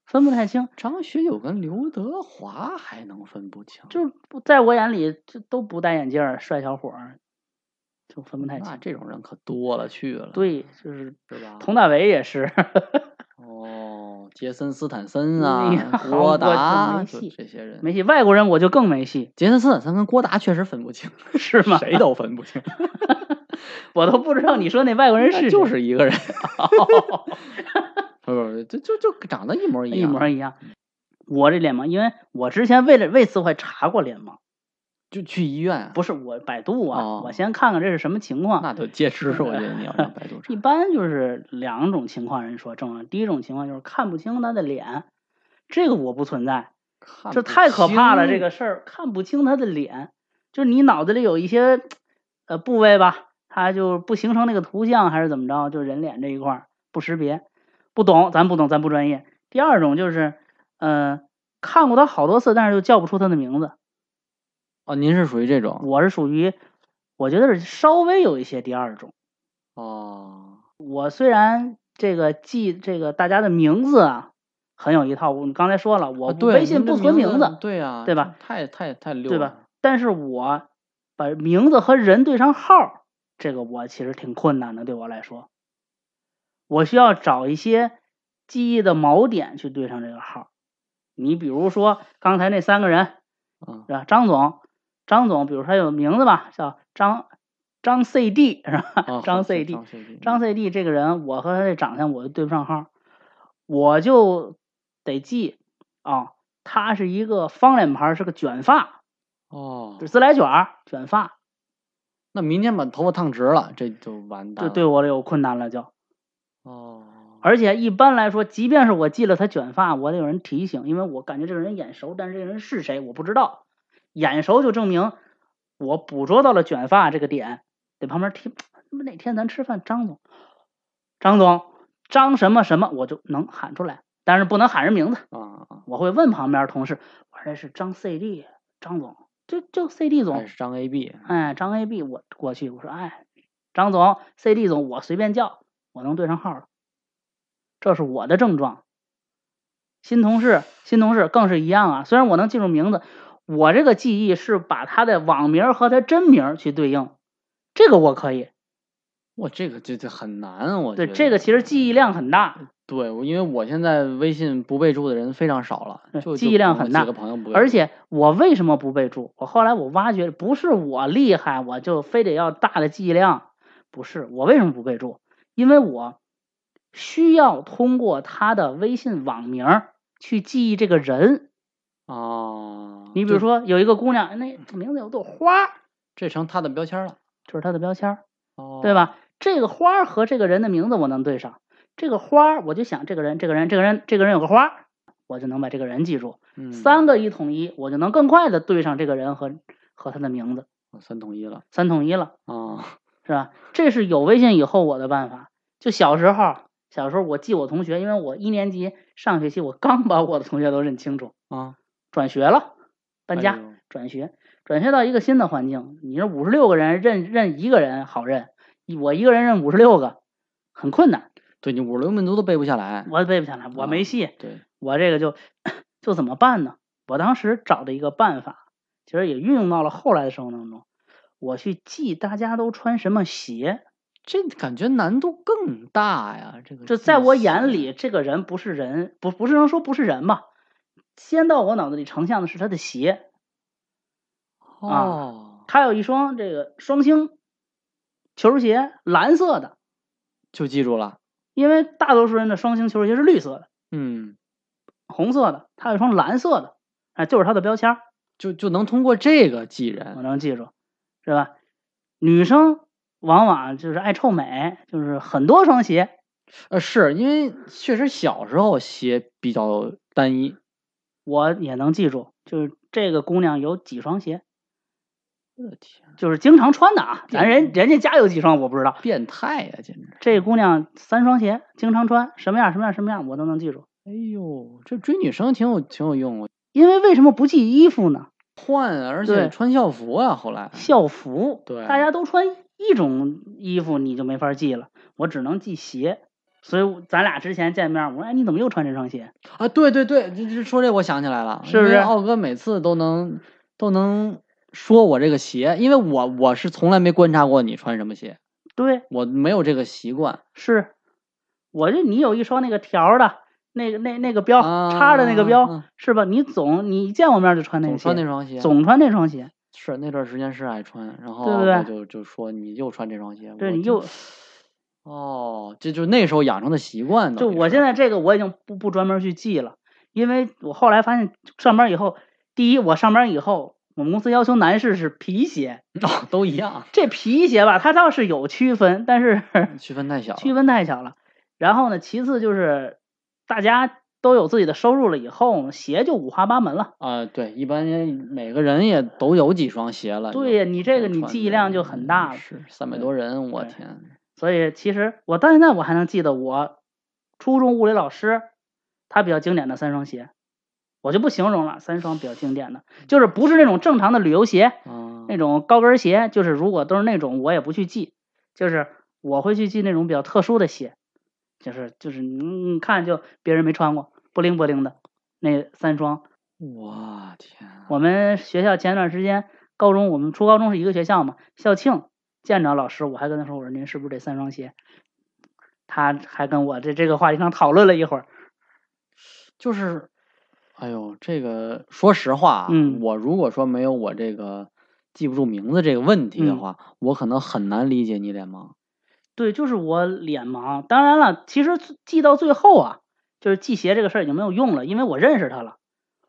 分不太清。张学友跟刘德华还能分不清？就是不在我眼里，这都不戴眼镜儿帅小伙儿，就分不太那清。这啊种人可多了去了，对，就是是吧？佟大为也是， 哦，杰森斯坦森哎呀啊，我郭达没就戏这些人，没戏。外国人我就更没戏，杰森斯坦森跟郭达确实分不清， 是吗？谁都分不 清，我都不知道你说那外国人是谁那就是一个人， 不是不是，就就就长得一模一一样，模一样。我这脸盲，因为我之前为了为此我还查过脸盲，就去医院啊，不是我百度啊，哦我先看看这是什么情况。那就结实，我觉得你要上 百度查一般就是两种情况，人说正常。第一种情况就是看不清他的脸，这个我不存在，看这不太可怕了。清这个事儿看不清他的脸，就是你脑子里有一些呃部位吧，它就不形成那个图像，还是怎么着？就人脸这一块儿不识别，不懂，咱不懂，咱不专业。第二种就是，呃，看过他好多次，但是就叫不出他的名字。哦，您是属于这种我是属于，我觉得是稍微有一些第二种。哦，我虽然这个记这个大家的名字啊，很有一套，我刚才说了，我啊对微信您这不存名字，对呀，对吧？太太太溜了，对吧？但是我把名字和人对上号，这个我其实挺困难的，对我来说，我需要找一些记忆的锚点去对上这个号。你比如说刚才那三个人嗯是吧？张总，张总，比如说他有名字吧，叫张张 CD 是吧？啊，张好是 CD，张 CD，张嗯 CD 这个人，我和他这长相我就对不上号，我就得记啊，他是一个方脸盘，是个卷发，哦就，自来卷儿卷发，那明天把头发烫直了，这就完这蛋了。对我有困难了就。哦，而且一般来说，即便是我记了他卷发，我得有人提醒，因为我感觉这个人眼熟，但是这个人是谁我不知道，眼熟就证明我捕捉到了卷发这个点，在旁边听。哪天咱吃饭，张总，张总，张什么什么，我就能喊出来，但是不能喊人名字。啊啊，我会问旁边同事，我说这是张 CD 张总，就就 CD 还总，是张 AB，哎，张 AB 我过去我说哎，张总 CD 总我随便叫，我能对上号了，这是我的症状。新同事新同事更是一样啊，虽然我能记住名字，我这个记忆是把他的网名和他真名去对应，这个我可以。我这个这这很难，啊我对，觉这得个其实记忆量很大，对，我因为我现在微信不备注的人非常少了，对就嗯记就忆量朋友很大几个朋友不备而注且我为什么不备注？我后来我挖掘，不是我厉害，我就非得要大的记忆量，不是我为什么不备注？因为我需要通过他的微信网名儿去记忆这个人。哦，你比如就说有一个姑娘，那名字有朵花儿，这成他的标签了，这是她的标签儿，哦，对？吧？这个花儿和这个人的名字我能对上，这个花儿我就想这个人，这个人，这个人，这个人有个花儿，我就能把这个人记住。嗯，三个一统一，我就能更快的对上这个人和和他的名字，哦三统一了三统一了，啊，是吧？这是有微信以后我的办法。就小时候，小时候我记我同学，因为我一年级上学期我刚把我的同学都认清楚，啊，转学了，搬家、哎呦转学，转学到一个新的环境，你这五十六个人认认一个人好认，我一个人认五十六个，很困难，对你五十六民族都背不下来，我背不下来，我哦没戏。对，我这个就 就怎么办呢？我当时找的一个办法，其实也运用到了后来的生活当中。我去记大家都穿什么鞋，这感觉难度更大呀，这个这记在我起眼来里，这个人不是人，不不是能说不是人吧？先到我脑子里成像的是他的鞋，啊哦，他有一双这个双星球鞋，蓝色的，就记住了，因为大多数人的双星球鞋是绿色的、嗯。红色的，他有一双蓝色的，啊，就是他的标签儿。就就能通过这个记我人，能记住，是吧？女生往往就是爱臭美，就是很多双鞋，呃，是因为确实小时候鞋比较单一，我也能记住，就是这个姑娘有几双鞋，我的呃天，就是经常穿的啊。咱对人人家家有几双我不知道，变态呀、简直！这姑娘三双鞋经常穿，什么样什么样什么样我都能记住。哎呦，这追女生挺有挺有用，我因为为什么不记衣服呢？换，而对且穿校服啊，后来校服，对大家都穿一种衣服，你就没法记了。我只能记鞋，所以我咱俩之前见面，我说哎你怎么又穿这双鞋？啊，对对对，这这说这我想起来了，是不因为是奥哥每次都能都能说我这个鞋，因为我我是从来没观察过你穿什么鞋，对，我没有这个习惯。是，我这你有一双那个条儿的，那个那那个标啊哦插着那个标、嗯是吧？你总你一见我面就穿那总个穿那鞋，双鞋，总穿那双鞋，是那段时间是爱穿，然后对不对我就就说你又穿这双鞋，对我你就又哦，这就是那时候养成的习惯。就我现在在这个我已经不不专门去记了，因为我后来发现上班以后，第一我上班以后，我们公司要求男士是皮鞋，哦都一样，这皮鞋吧，它倒是有区分，但是区分太小了。区分太小了。然后呢，其次就是大家都有自己的收入了以后，鞋就五花八门了。啊、对，一般人每个人也都有几双鞋了。对呀，你这个你穿记忆的嗯量就很大了。是三百对多人，我对天，所以其实我到现在我还能记得我初中物理老师他比较经典的三双鞋，我就不形容了，三双比较经典的，就是不是那种正常的旅游鞋，啊，那种高跟鞋，就是如果都是那种我也不去记，就是我会去记那种比较特殊的鞋，就是就是你你看就别人没穿过，不灵不灵的那三双。我天啊，我们学校前段时间高中，我们初高中是一个学校嘛，校庆见着老师，我还跟他说，我说您是不是这三双鞋？他还跟我这这个话题上讨论了一会儿，就是，哎呦，这个说实话啊，嗯我如果说没有我这个记不住名字这个问题的嗯话，我可能很难理解你脸盲。对，就是我脸盲。当然了，其实最记到最后啊，就是记鞋这个事儿已经没有用了，因为我认识他了。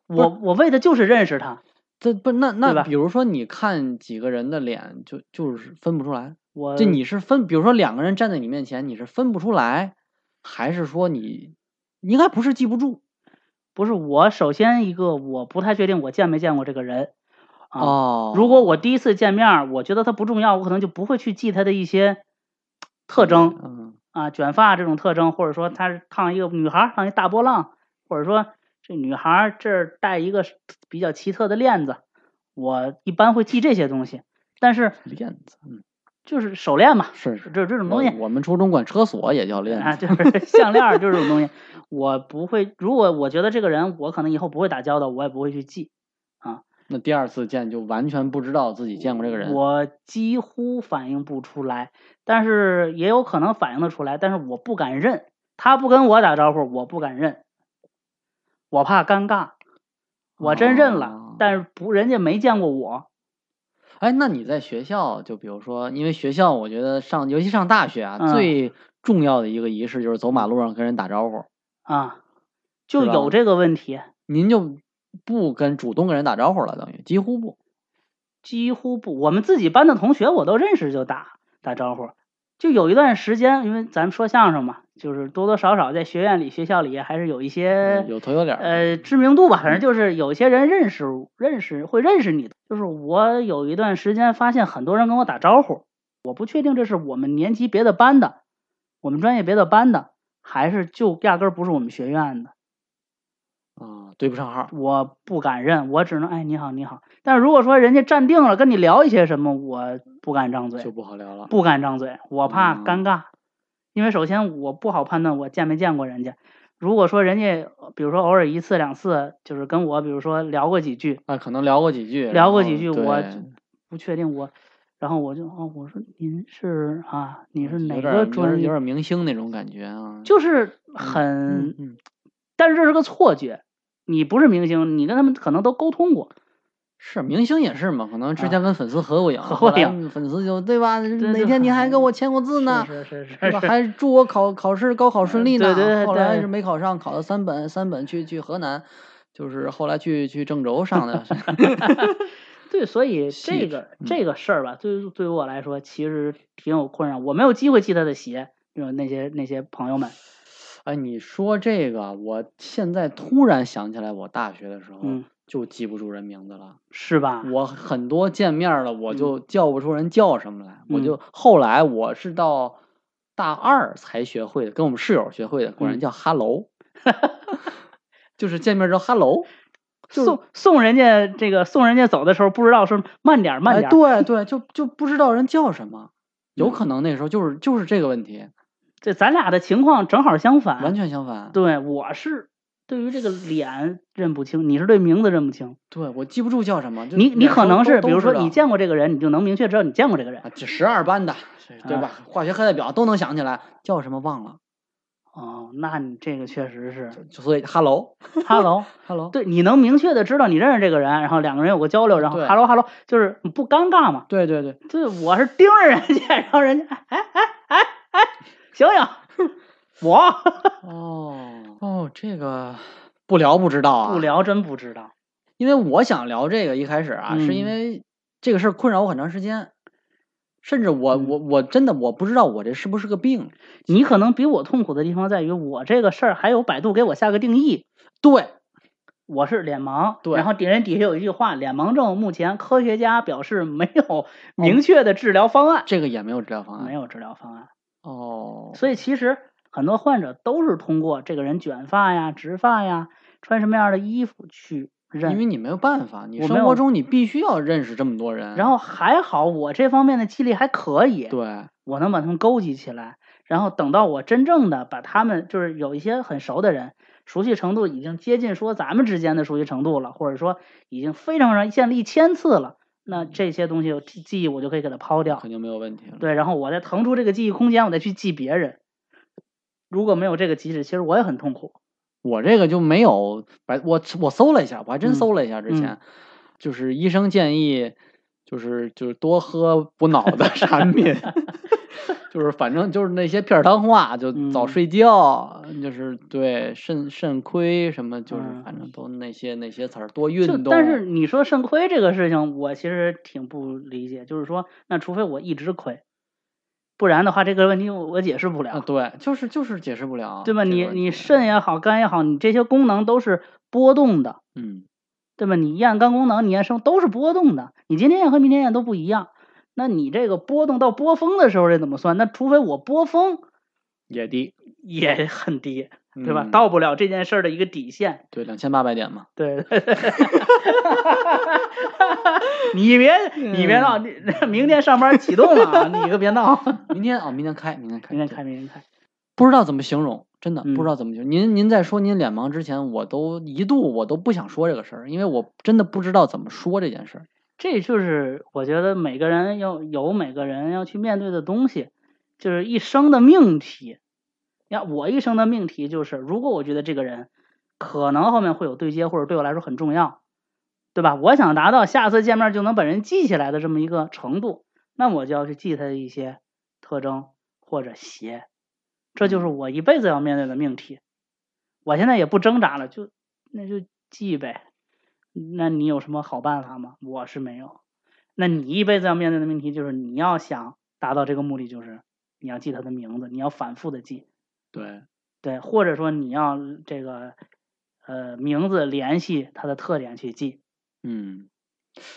我我为的就是认识他，这不那对那，吧比如说你看几个人的脸，就就是分不出来。我就你是分，比如说两个人站在你面前，你是分不出来，还是说你应该不是记不住不是我。首先一个，我不太确定我见没见过这个人啊。哦？如果我第一次见面儿，我觉得他不重要，我可能就不会去记他的一些特征嗯，啊，卷发这种特征，或者说他是烫一个女孩儿烫一大波浪，或者说这女孩儿这儿戴一个比较奇特的链子，我一般会记这些东西。但是链子，嗯，就是手链嘛，是是。这这种东我西我们初中管车锁也叫链啊，子，就是 项链儿就是这种东西，我不会。如果我觉得这个人，我可能以后不会打交道，我也不会去记。那第二次见就完全不知道自己见过这个人。我几乎反应不出来，但是也有可能反应得出来，但是我不敢认。他不跟我打招呼，我不敢认，我怕尴尬。我真认了，哦但是不，人家没见过我。哎，那你在学校，就比如说，因为学校，我觉得上，尤其上大学啊，嗯最重要的一个仪式就是走马路上跟人打招呼。啊，就是吧有这个问题，您就不跟主动跟人打招呼了，等于几乎不。几乎不，我们自己班的同学我都认识，就打打招呼。就有一段时间，因为咱们说相声嘛，就是多多少少在学院里、学校里还是有一些嗯有头有脸儿。呃知名度吧，反正就是有些人认识认识会认识你的。就是我有一段时间发现很多人跟我打招呼，我不确定这是我们年级别的班的，我们专业别的班的，还是就压根儿不是我们学院的。呃啊，对不上号。我不敢认，我只能哎你好你好。但是如果说人家站定了跟你聊一些什么，我不敢张嘴就，不好聊了。不敢张嘴，我怕嗯尴尬。因为首先我不好判断我见没见过人家。如果说人家，比如说偶尔一次两次，就是跟我，比如说聊过几句，啊，可能聊过几句，然聊过后几句我对就不确定我，然后我就哦，我说您是啊，你是哪有个点有专点有业？点明星那种感觉啊。就是嗯很，嗯，但是这是个错觉，你不是明星，你跟他们可能都沟通过，是明星也是嘛，可能之前跟粉丝合过影，啊合后过来影粉丝就对吧？哪就天你很还跟我签过字呢？是是 是 对吧？还祝我考考试高考顺利对呢。对对后来对是没考上，考了三本，三本去去河南，就是后来去去郑州上 的。 对，所以细这致个嗯这个事儿吧，对于对于我来说其实挺有困扰。我没有机会记他的鞋，就是那些那些朋友们，哎，你说这个，我现在突然想起来，我大学的时候嗯就记不住人名字了。是吧？我很多见面儿了，我就叫不出人叫什么来，我嗯就后来我是到大二才学会的，跟我们室友学会的，管人嗯叫哈喽， 就是见面之后哈喽，就是送送人家这个送人家走的时候，不知道说慢点儿慢哎，点儿，对对，就就不知道人叫什么，有嗯可能那时候就是就是这个问题，这咱俩的情况正好相反。完全相反，对，我是对于这个脸认不清，你是对名字认不清。对我记不住叫什么，就你你脸可熟能都是，都比如知说道你见过这个人，你就能明确知道你见过这个人。啊，这十二班的，是啊对吧？化学课代表都能想起来，叫什么忘了，哦，那你这个确实是就所以哈 喽哈喽，哈喽，对，你能明确的知道你认识这个人，然后两个人有个交流，然后对哈喽哈喽，就是不尴尬嘛。对对对，这我是盯着人家，然后人家哎哎哎哎哎，醒醒，我哦哦，这个不聊不知道啊，不，聊真不知道。因为我想聊这个一开始啊，是因嗯为这个事儿困扰我很长时间，甚至我嗯我我真的我不知道我这是不是个病，你可能比我痛苦的地方在于，我这个事儿还有百度给我下个定义，对，我是脸盲。对然后底人底下有一句话：脸盲症目前科学家表示没哦有明确的治疗方案，这个也没有治疗方案，没有治疗方案。哦，所以其实很多患者都是通过这个人卷发呀、直发呀、穿什么样的衣服去因认。为你没有办法，你我没生活有中你必须要认识这么多人，然后还好我这方面的记忆力还可以，对，我能把他们勾集起来，然后等到我真正的把他们，就是有一些很熟的人，熟悉程度已经接近说咱们之间的熟悉程度了，或者说已经非常常见了一千次了，那这些东西我记记忆我就可以给它抛掉肯，定没有问题了，对，然后我再腾出这个记忆空间，我再去记别人。如果没有这个机制，其实我也很痛苦。我这个就没有百，我我搜了一下，我还真嗯搜了一下，之前、嗯就是医生建议，就是就是多喝补脑的 产品，就是反正就是那些片儿汤话，就早嗯睡觉，就是对肾肾亏什么，就是嗯反正都那些那些词儿，多就运动。但是你说肾亏这个事情，我其实挺不理解，就是说，那除非我一直亏，不然的话这个问题我我解释不了。啊，对，就是就是解释不了，对吧？这个你问你题肾也好，肝也好，你这些功能都是波动的，嗯，对吧？你验肝功能，你验肾都是波动的，你今天验和明天验都不一样。那你这个波动到波峰的时候，这怎么算？那除非我波峰也低，也很低，对吧？嗯到不了这件事儿的一个底线。对两千八百点嘛，对，你别你别闹，你明天上班启动啊，你可别闹。明天哦，明天开，明天开，明天对开，明天开。不知道怎么形容，真的不嗯知道怎么形容。您您在说您脸盲之前，我都一度我都不想说这个事儿，因为我真的不知道怎么说这件事儿。这就是我觉得每个人要有每个人要去面对的东西，就是一生的命题。你看，我一生的命题就是，如果我觉得这个人可能后面会有对接，或者对我来说很重要，对吧？我想达到下次见面就能把人记起来的这么一个程度，那我就要去记他的一些特征或者鞋，这就是我一辈子要面对的命题。我现在也不挣扎了，就那就记呗。那你有什么好办法吗？我是没有。那你一辈子要面对的命题就是，你要想达到这个目的，就是你要记他的名字，你要反复的记，对，对，或者说你要这个呃名字联系它的特点去记，嗯，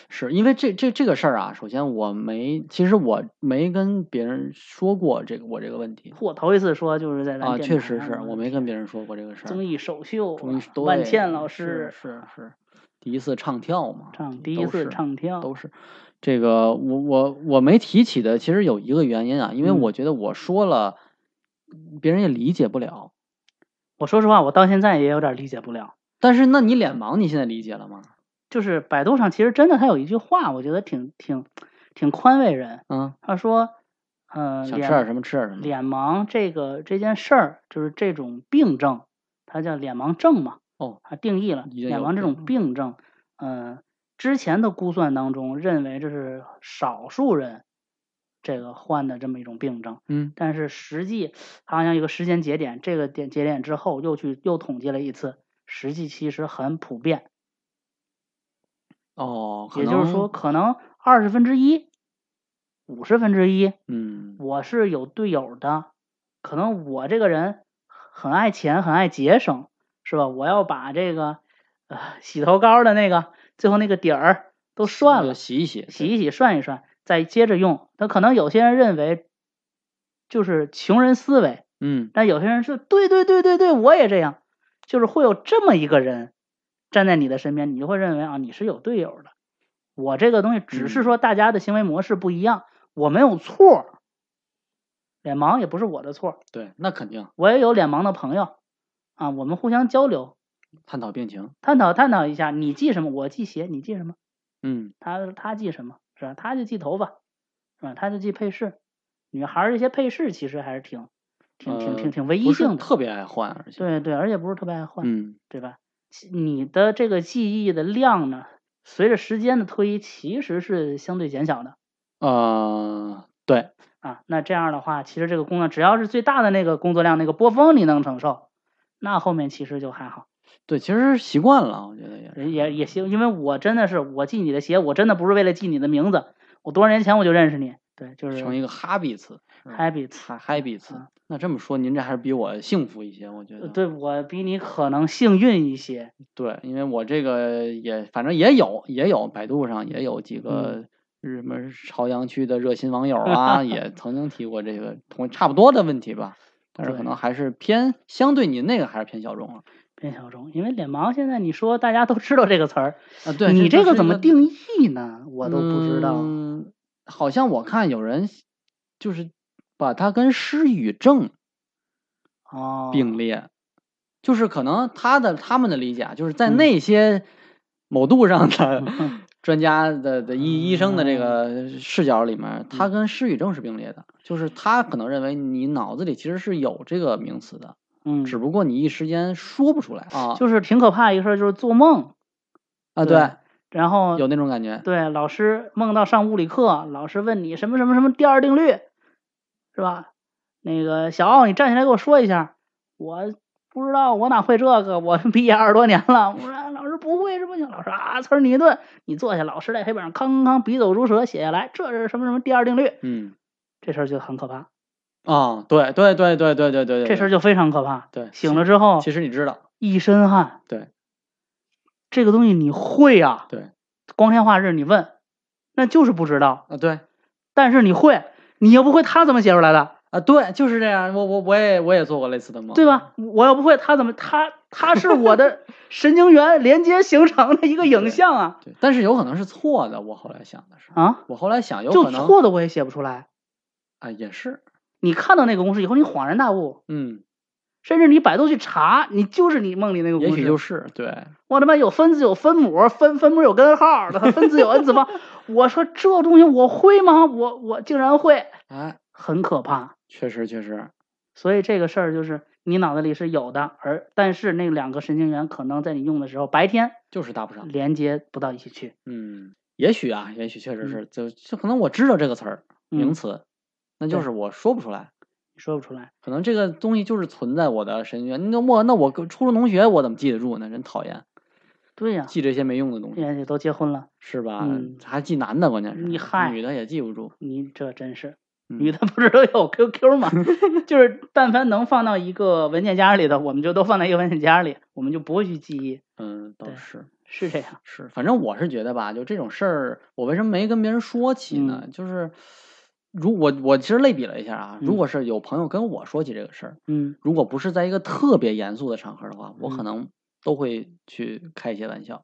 是因为这这这个事儿啊，首先我没，其实我没跟别人说过这个我这个问题我头一次说就是在咱啊，电确台实是上我没跟别人说过这个事儿。综艺首秀终于啊，对万茜老是师是是，第一次唱跳嘛，唱都第一都次是唱跳，都是这个，我我我没提起的，其实有一个原因啊，因为嗯我觉得我说了，别人也理解不了。我说实话，我到现在也有点理解不了。但是，那你脸盲，你现在理解了吗？就是百度上其实真的它有一句话，我觉得挺挺挺宽慰人，嗯，他说，呃，想吃脸点什么吃点什么。脸盲这个这件事儿，就是这种病症，它叫脸盲症嘛。哦，它定义了已经脸有盲这病种病症。嗯、之前的估算当中认为这是少数人这个患的这么一种病症，嗯，但是实际它好像有个时间节点，这个点节点之后又去又统计了一次，实际其实很普遍，哦，可也就是说能，可能二十分之一、五十分之一嗯，我是有队友的，可能我这个人很爱钱，很爱节省，是吧？我要把这个呃洗头膏的那个最后那个底儿都涮就了，洗一洗，洗一洗，涮一涮，再接着用。那可能有些人认为就是穷人思维，嗯，但有些人说对对对对对，我也这样，就是会有这么一个人站在你的身边，你就会认为啊你是有队友的。我这个东西只是嗯说大家的行为模式不一样，我没有错儿，脸盲也不是我的错儿，对，那肯定，我也有脸盲的朋友啊，我们互相交流，探讨病情，探讨探讨一下，你记什么？我记鞋，你记什么？嗯他他记什么？是吧？他就记头发，是吧？他就记配饰。女孩儿这些配饰其实还是挺挺挺挺呃挺唯不一是性的，特别爱换，而且对对，而且不是特别爱换，嗯对吧？其你的这个记忆的量呢，随着时间的推移，其实是相对减小的呃对，啊。那这样的话，其实这个工作只要是最大的那个工作量那个波峰你能承受，那后面其实就还好，对，其实习惯了，我觉得也是也也行。因为我真的是我记你的鞋，我真的不是为了记你的名字，我多少年前我就认识你，对，就是成一个 habits， habits。还 habits、嗯那这么说，您这还是比我幸福一些，我觉得。呃对我比你可能幸运一些，对，因为我这个也反正也有也有百度上也有嗯几个日什么朝阳区的热心网友 啊，也曾经提过这个同差不多的问题吧，但是可对能还是偏相对您那个还是偏小众了变小众。因为脸盲现在你说大家都知道这个词儿，啊。对你这这就个是怎一么定义呢？我都不知道。嗯，好像我看有人就是把它跟失语症哦，并列，就是可能他的他们的理解啊，就是在嗯那些某度上的嗯 专家的的医医生的这个视角里面，他嗯跟失语症是并列的，就是他可能认为你脑子里其实是有这个名词的，嗯，只不过你一时间说不出来啊就是挺可怕一个事儿，就是做梦，啊，对对，然后有那种感觉，对老师梦到上物理课，老师问你什么什么什么第二定律，是吧？那个小奥，你站起来给我说一下，我不知道，我哪会这个？我 毕业二十多年了。我说啊老师不会这不行，老师啊呲儿你一顿，你坐下，老师在黑板上康康笔走如蛇写下来，这是什么什么第二定律，嗯这事儿就很可怕，啊，对对对对对对对对，这事儿就非常可怕。对醒了之后其实你知道，一身汗，对，这个东西你会啊？对，光天化日你问，那就是不知道。啊，对但是你会，你又不会，他怎么写出来的，啊，对，就是这样，我我我也我也做过类似的梦，对吧？我要不会，他怎么他他是我 的神经元连接形成的一个影像啊对，但是有可能是错的，我后来想的是，啊！我后来想有就可能错的我也写不出来。啊，也是，你看到那个公式以后，你恍然大悟，嗯，甚至你百度去查，你就是你梦里那个公也式。许就是对，我他妈有分子有分母，分分母有根号，的分子有 n 次方。 我说这东西我会吗？我我竟然会，哎，很可怕。确实确实，所以这个事儿就是你脑子里是有的，而但是那两个神经元可能在你用的时候，白天就是搭不上，连接不到一起去。嗯，也许啊，也许确实是，就就可能我知道这个词儿名嗯词，那就对是我说不出来，你说不出来，可能这个东西就是存在我的神经元，那我那我跟初中同学我怎么记得住呢？真讨厌，对呀、记这些没用的东西人家都结婚了，是吧嗯？还记男的，关键是你嗨女的也记不住，你这真是嗯女的不是都有 QQ 吗？ 就是但凡能放到一个文件夹里的，我们就都放在一个文件夹里，我们就不会去记忆，嗯，倒对是。是这样。是，反正我是觉得吧，就这种事儿，我为什么没跟别人说起呢？嗯就是如我我其实类比了一下啊，如嗯果是有朋友跟我说起这个事儿，嗯如果不是在一个特别严肃的场合的话，我可嗯能都会去开一些玩笑。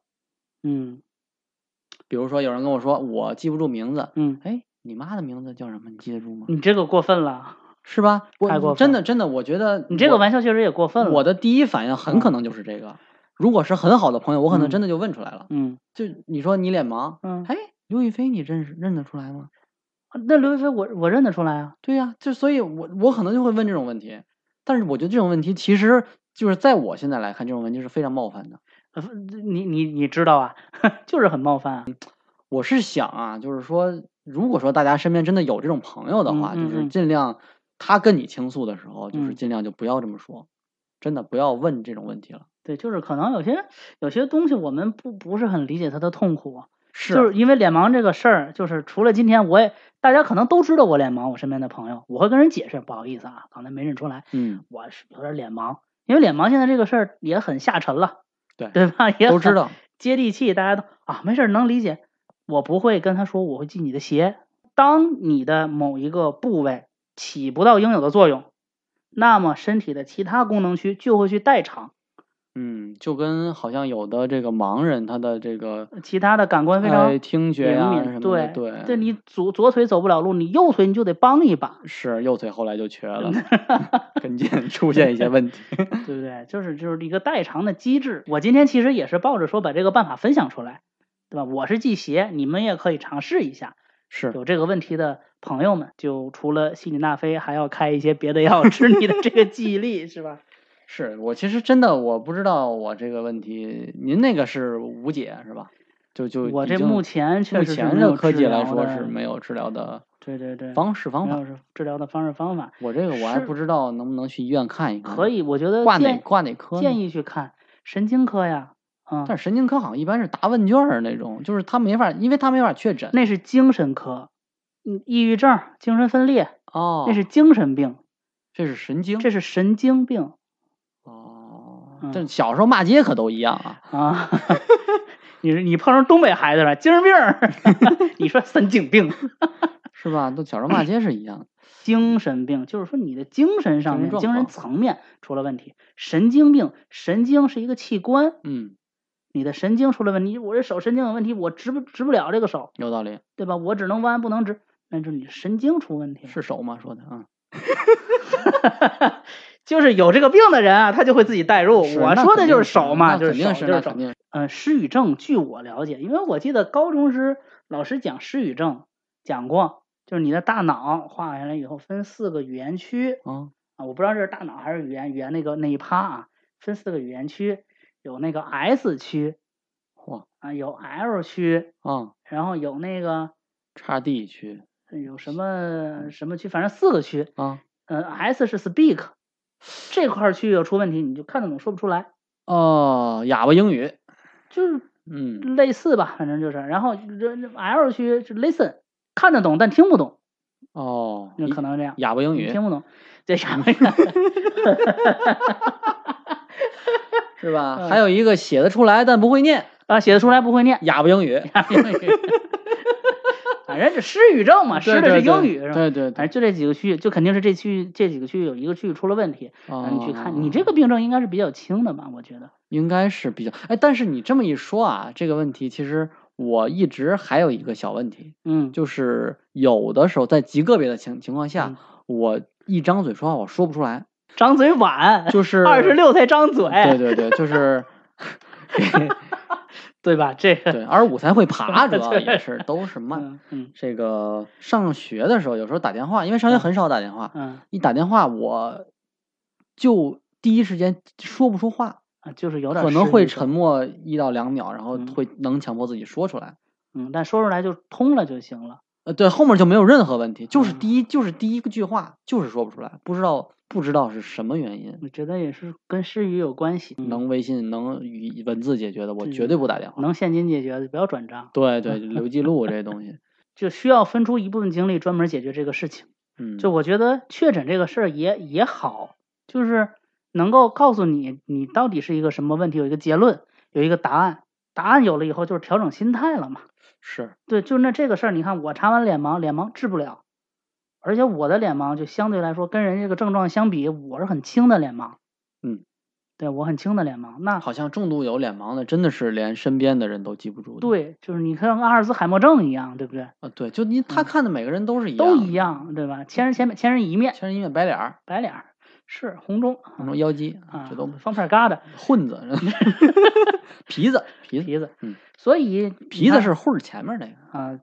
嗯比如说有人跟我说我记不住名字，嗯，哎，你妈的名字叫什么？你记得住吗？你这个过分了，是吧？嗯我太过真分的真的，我觉得你这个我玩笑确实也过分了。我的第一反应很可能就是这个。如果是很好的朋友，我可能嗯真的就问出来了。嗯就你说你脸盲，嗯，哎，刘亦菲你认识认得出来吗？那刘亦菲我我认得出来啊。对呀、就所以我，我可能就会问这种问题，但是我觉得这种问题其实就是在我现在来看，这种问题是非常冒犯的。呃你你你知道啊， 就是很冒犯啊。我是想啊，就是说，如果说大家身边真的有这种朋友的嗯话，就嗯是嗯尽量他跟你倾诉的时候，就是嗯尽量就不要这么说，真的不要问这种问题了。对，就是可能有些有些东西我们不不是很理解他的痛苦，啊是就是因为脸盲这个事儿，就是除了今天我也大家可能都知道我脸盲，我身边的朋友，我会跟人解释，不好意思啊，刚才没认出来，嗯，我是有点脸盲，因为脸盲现在这个事儿也很下沉了，对对吧？也都很知道，接地气，大家都啊没事儿能理解。我不会跟他说我会系你的鞋。当你的某一个部位起不到应有的作用，那么身体的其他功能区就会去代偿，嗯，就跟好像有的这个盲人，他的这个呃其他的感官非常哎听觉呀、灵敏，什么对的，对，这你左左腿走不了路，你右腿你就得帮一把，是右腿后来就瘸 了，跟腱出现一些问题。对不对？就是就是一个代偿的机制。我今天其实也是抱着说把这个办法分享出来，对吧？我是系鞋，你们也可以尝试一下。是，有这个问题的朋友们，就除了西里那非，还要开一些别的 药治你的这个记忆力，是吧？是我其实真的我不知道我这个问题，您那个是无解是吧？就就我已这经目前确目实是前没的有科治技来疗说的是没有治疗的对对对，方式方没法嗯有。是治疗的方式方法我这个我还是不知道能不能去医院看一看，可以，我觉得挂哪建挂哪科呢？建议去看神经科呀，啊、但是神经科好像一般是答问卷儿那种，就是他没法，因为他没法确诊。那是精神科，嗯，抑郁症、精神分裂，哦，那是精神病，这是神经，这是神经病哦，嗯这小时候骂街可都一样 啊。啊。你是你碰上东北孩子了，精神病儿， 你说神经病，是吧？都小时候骂街是一样的。精神病就是说你的精神上面、精神状精神况层面出了问题。神经病，神经是一个器官，嗯，你的神经出了问题，我这手神经有问题，我直不直不了这个手，有道理，对吧？我只能弯不能直，那就是你神经出问题了。是手吗？说的啊， 就是有这个病的人啊，他就会自己代入。是我那说肯的就是定手嘛，那就是肯手，就定是那手肯。定是嗯，失语症，据我了解，因为我记得高中时老师讲失语症讲过，就是你的大脑画下来以后分四个语言区啊，啊，我不知道这是大脑还是语言语言那个那一趴啊，分四个语言区，有那个 S 区嚯啊，有 L 区，啊，然后有那个差 D 区有什么什么区，反正四个区。啊，嗯，S 是 speak 这块儿区域有出问题，你就看得懂说不出来，哦，哑巴英语，就是嗯，类似吧，反正就是。然后这这 L 区是 listen，看得懂但听不懂，哦，有可能这样，哑巴英你语听不懂，这啥玩意是吧？嗯还有一个写得出来但不会念， 啊，写的出来不会 念，哑巴 英语，啊反正这失语症嘛，失的对是对英语对是吧？对对反对，正就这几个区域，就肯定是这区域这几个区域有一个区域出了问题，啊然后你去看，你这个病症应该是比较轻的吧？我觉得，应该是比较哎，但是你这么一说啊，这个问题其实我一直还有一个小问题，嗯，就是有的时候在极个别的情情况下，嗯我一张嘴说话我说不出来，张嘴晚，就是 二十六才张嘴，对对对，就是 对吧？这个，对，二十五才会 爬，主要对也是都是慢。嗯嗯这个上学的时候，有时候打电话，因为上学嗯很少打电话，嗯一打电话我就第一时间说不出话，啊，就是有点可失能语会症沉，默一到两秒，然后嗯会能强迫自己说出来。嗯，但说出来就通了就行了。呃，对，后面就没有任何问题，就是嗯第一，就是第一个句话就是说不出来，不知道不知道是什么原因。我觉得也是跟失语有关系，能微信能语文字解决的，我嗯对绝对不打电话。能现金解决的不要转账，对对，留记录这东 西，就需要分出一部分精力专门解决这个事情。嗯，就我觉得确诊这个事儿也也好，就是能够告诉你你到底是一个什么问题，有一个结论，有一个答案。答案有了以后，就是调整心态了嘛。是对，就那这个事儿，你看我查完脸盲，脸盲治不了，而且我的脸盲就相对来说跟人家这个症状相比，我是很轻的脸盲。嗯，对我很轻的脸盲，那好像重度有脸盲的，真的是连身边的人都记不住的。对，就是你看跟阿尔兹海默症一样，对不对？啊，对，就你他嗯看的每个人都是一样，都一，样，对吧？千人千面，千人一面，千人一面白脸儿，白脸儿是红中什么妖姬，啊这都，方片儿疙瘩 混子，皮子，皮子，皮子，嗯，所以你皮子看是混儿前面那个，啊，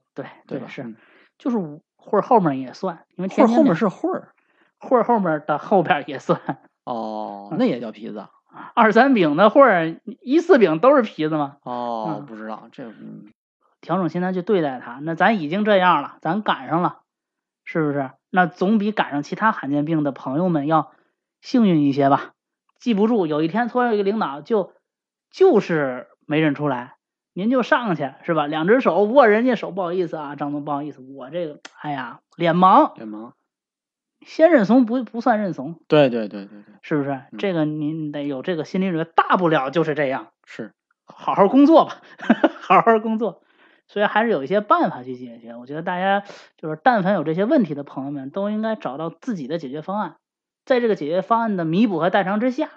对吧？是，嗯就是五或者后面也算，因为混天儿津后面的是混儿，或者后面的后边儿也算， 哦，嗯那也叫皮子啊，二三饼的或者一四饼都是皮子嘛，哦，嗯不知道这，嗯调整心态去对待它。那咱已经这样了，咱赶上了，是不是？那总比赶上其他罕见病的朋友们要幸运一些吧？记不住，有一天突然有一个领导就就是没认出来，您就上去是吧？两只手握人家手，不好意思啊，张总，不好意思，我这个哎呀脸盲，脸盲，先认怂不不算认怂，对对对对对，是不是？这个您得有这个心理准备，大不了就是这样。是，好好工作吧， 好好工作。所以还是有一些办法去解决。我觉得大家就是，但凡有这些问题的朋友们，都应该找到自己的解决方案，在这个解决方案的弥补和代偿之下，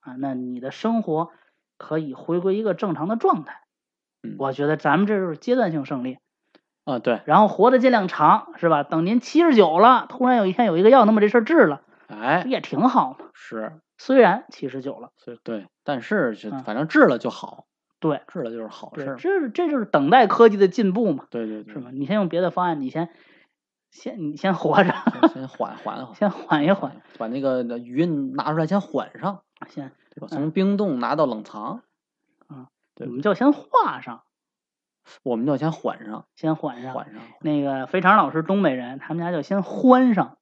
啊，那你的生活可以回归一个正常的状态嗯。我觉得咱们这就是阶段性胜利，啊，对，然后活得尽量长，是吧？等您七十九了，突然有一天有一个药能把这事儿治了，哎不，也挺好吗？是，虽然七十九了，所以对，但是就嗯反正治了就好，对，治了就是好事对，儿，这这就是等待科技的进步嘛，对对对，是吧？你先用别的方案，你先先你先活着， 先先缓缓缓，先缓一缓，，把那个那鱼拿出来先缓上，先对吧？嗯从冰冻拿到冷藏，对我们就先画上，我们就先缓上，先缓上。缓上，那个肥肠老师东北人，他们家叫先欢上，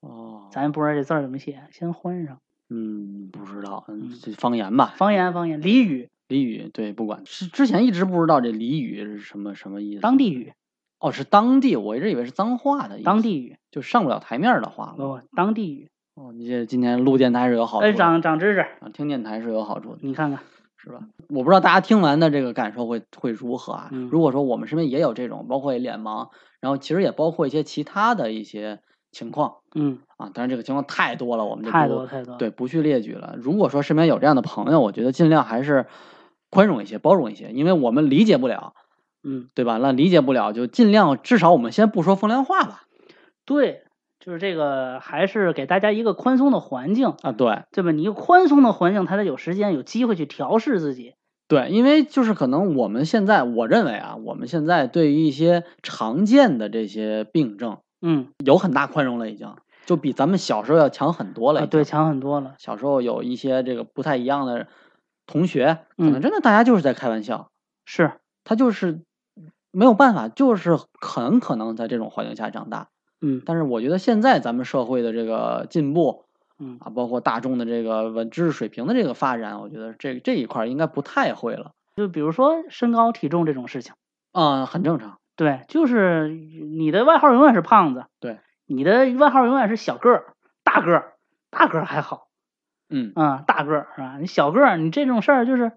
哦，咱也不知道这字儿怎么写，先欢上。嗯，不知道，嗯，嗯这方言吧，方言方言，俚语，俚语，对，不管是之前一直不知道这俚语是什么什么意思，当地语，哦，是当地，我一直以为是脏话的意思，当地语，就上不了台面儿的话了。不，当地语。哦，你这今天录电台是有好处哎，的，长长知识，啊听电台是有好处的，你看看，是吧？我不知道大家听完的这个感受会会如何啊？嗯如果说我们身边也有这种，包括脸盲，然后其实也包括一些其他的一些情况嗯，啊，当然这个情况太多了，我们就太不多了太多了。对，不去列举了。如果说身边有这样的朋友，我觉得尽量还是宽容一些、包容一些，因为我们理解不了，嗯，对吧？那理解不了就尽量，至少我们先不说风凉话吧。对，就是这个，还是给大家一个宽松的环境，啊，对对吧？你一个宽松的环境，他才有时间、有机会去调试自己。对，因为就是可能我们现在，我认为啊，我们现在对于一些常见的这些病症嗯，有很大宽容了，已经就比咱们小时候要强很多了、啊，对，，强很多了。小时候有一些这个不太一样的同学，可能嗯真的大家就是在开玩笑，是，他就是没有办法，就是很可能在这种环境下长大。嗯但是我觉得现在咱们社会的这个进步嗯，啊，包括大众的这个文知识水平的这个发展，我觉得这这一块儿应该不太会了。就比如说身高体重这种事情。嗯，很正常。对，就是你的外号永远是胖子，对，你的外号永远是小个儿、大个儿、大个儿还好，嗯，啊、大个儿是吧？你小个儿，你这种事儿就是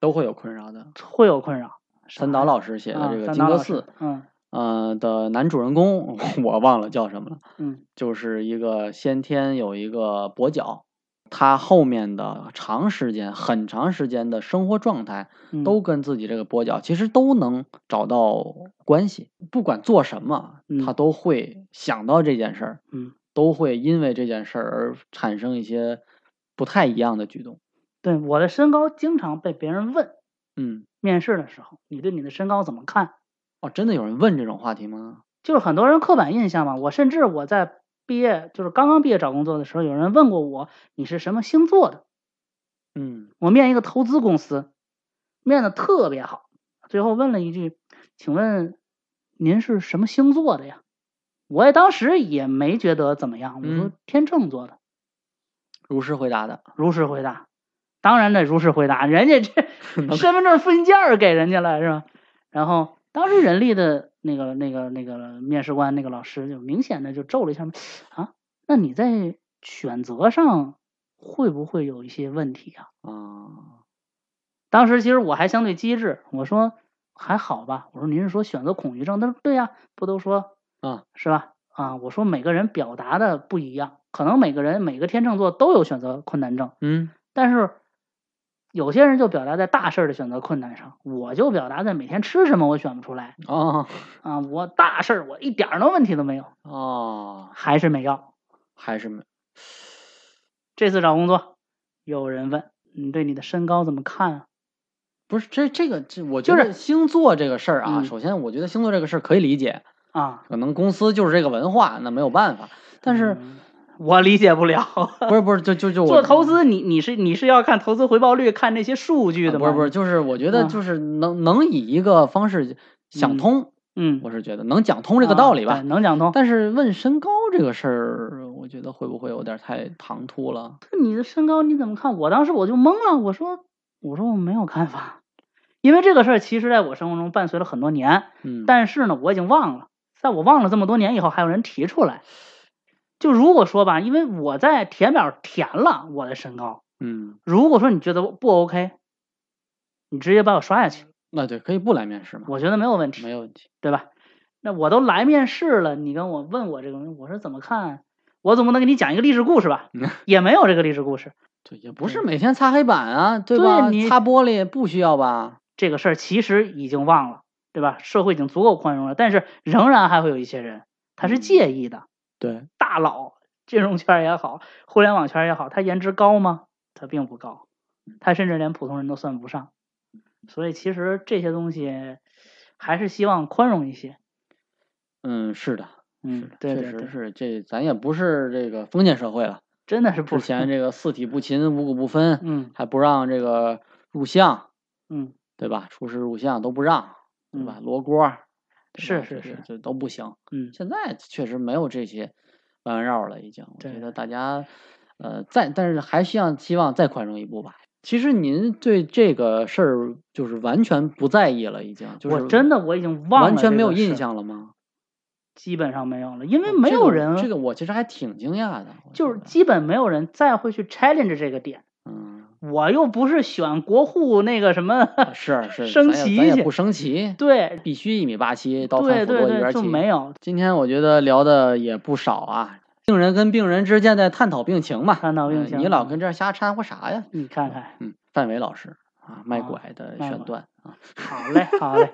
都会有困扰的。会有困扰。陈导老师写的啊这个《三金岛戈老师寺》，嗯呃的男主人公，我忘了叫什么了，嗯就是一个先天有一个跛脚，他后面的长时间、很长时间的生活状态嗯，都跟自己这个跛脚其实都能找到关系，不管做什么，他嗯都会想到这件事儿，嗯，都会因为这件事儿而产生一些不太一样的举动。对我的身高经常被别人问，嗯，面试的时候，你对你的身高怎么看？哦，真的有人问这种话题吗？就是很多人刻板印象嘛。我甚至我在毕业，就是刚刚毕业找工作的时候，有人问过我你是什么星座的。嗯，我面一个投资公司，面的特别好，最后问了一句：“请问您是什么星座的呀？”我也当时也没觉得怎么样，我说嗯天秤座的，如实回答的，如实回答。当然得如实回答，人家这 身份证复印件儿给人家了是吧？然后当时人力的那个那个那个面试官那个老师就明显的就皱了一下眉啊，那你在选择上会不会有一些问题啊？啊，当时其实我还相对机智，我说还好吧，我说您是说选择恐惧症？他说对呀、不都说啊是吧？啊，我说每个人表达的不一样，可能每个人每个天秤座都有选择困难症，嗯，但是有些人就表达在大事儿的选择困难上，我就表达在每天吃什么我选不出来哦啊，我大事儿我一点儿的问题都没有，哦，还是没要。还是没这次找工作，有人问你对你的身高怎么看啊？不是这这个这，我就觉是得星座这个事儿啊，嗯首先我觉得星座这个事儿可以理解，啊，可能公司就是这个文化，那没有办法。但是、嗯我理解不了。不是不是就 就就我做投资，你你是你是要看投资回报率，看那些数据啊的不吗？是不是，，就是我觉得嗯就是能、能以一个方式想嗯通，嗯，我是觉得能讲通这个道理吧。啊对能讲通。但是问身高这个事儿，我觉得会不会有点太唐突了？但你的身高你怎么看？我当时我就懵了，我说我说我没有看法，因为这个事儿其实在我生活中伴随了很多年，嗯，但是呢，我已经忘了，在我忘了这么多年以后，还有人提出来。就如果说吧，因为我在填表填了我的身高，嗯，如果说你觉得不 OK，你直接把我刷下去，那对，可以不来面试嘛，我觉得没有问题。没有问题。？对吧？那我都来面试了，你跟我问我这个问题，我说怎么看？我总不能给你讲一个历史故事吧 也没有这个历史故事，对，也不是每天擦黑板啊，对对吧？你擦玻璃不需要吧？这个事儿其实已经忘了，对吧？社会已经足够宽容了，但是仍然还会有一些人他是介意的。对，大佬，金融圈也好，互联网圈也好，他颜值高吗？他并不高，他甚至连普通人都算不上。所以其实这些东西还是希望宽容一些。嗯，是的，嗯，对对确对实，是这，咱也不是这个封建社会了。真的是 不之前这，这个四体不勤，五谷不分，嗯还不让这个入相，嗯，对吧？出师入相都不让，对吧？罗锅儿，对是吧是这是这都不行。嗯，现在确实没有这些弯弯绕了，已经。我觉对得大家，呃，再但是还希望希望再宽容一步吧。其实您对这个事儿就是完全不在意了，已经，就是我真的我已经忘了，完全没有印，象了吗？基本上没有了，因为哦嗯这没有个人，这个我其实还挺惊讶的。我就觉是得基本没有人再会去 challenge 这个点。嗯，我又不是选国护那个什么， 啊是是，升咱也旗咱去也不升旗，对必须一米八七，刀对三斧对多一对，元就起。没有今天我觉得聊的也不少啊，病人跟病人之间在探讨病情嘛，看到嗯病情。你老跟这儿瞎掺和啥呀？你看看，嗯，范伟老师啊，卖啊拐的卖选拐段啊，好嘞好嘞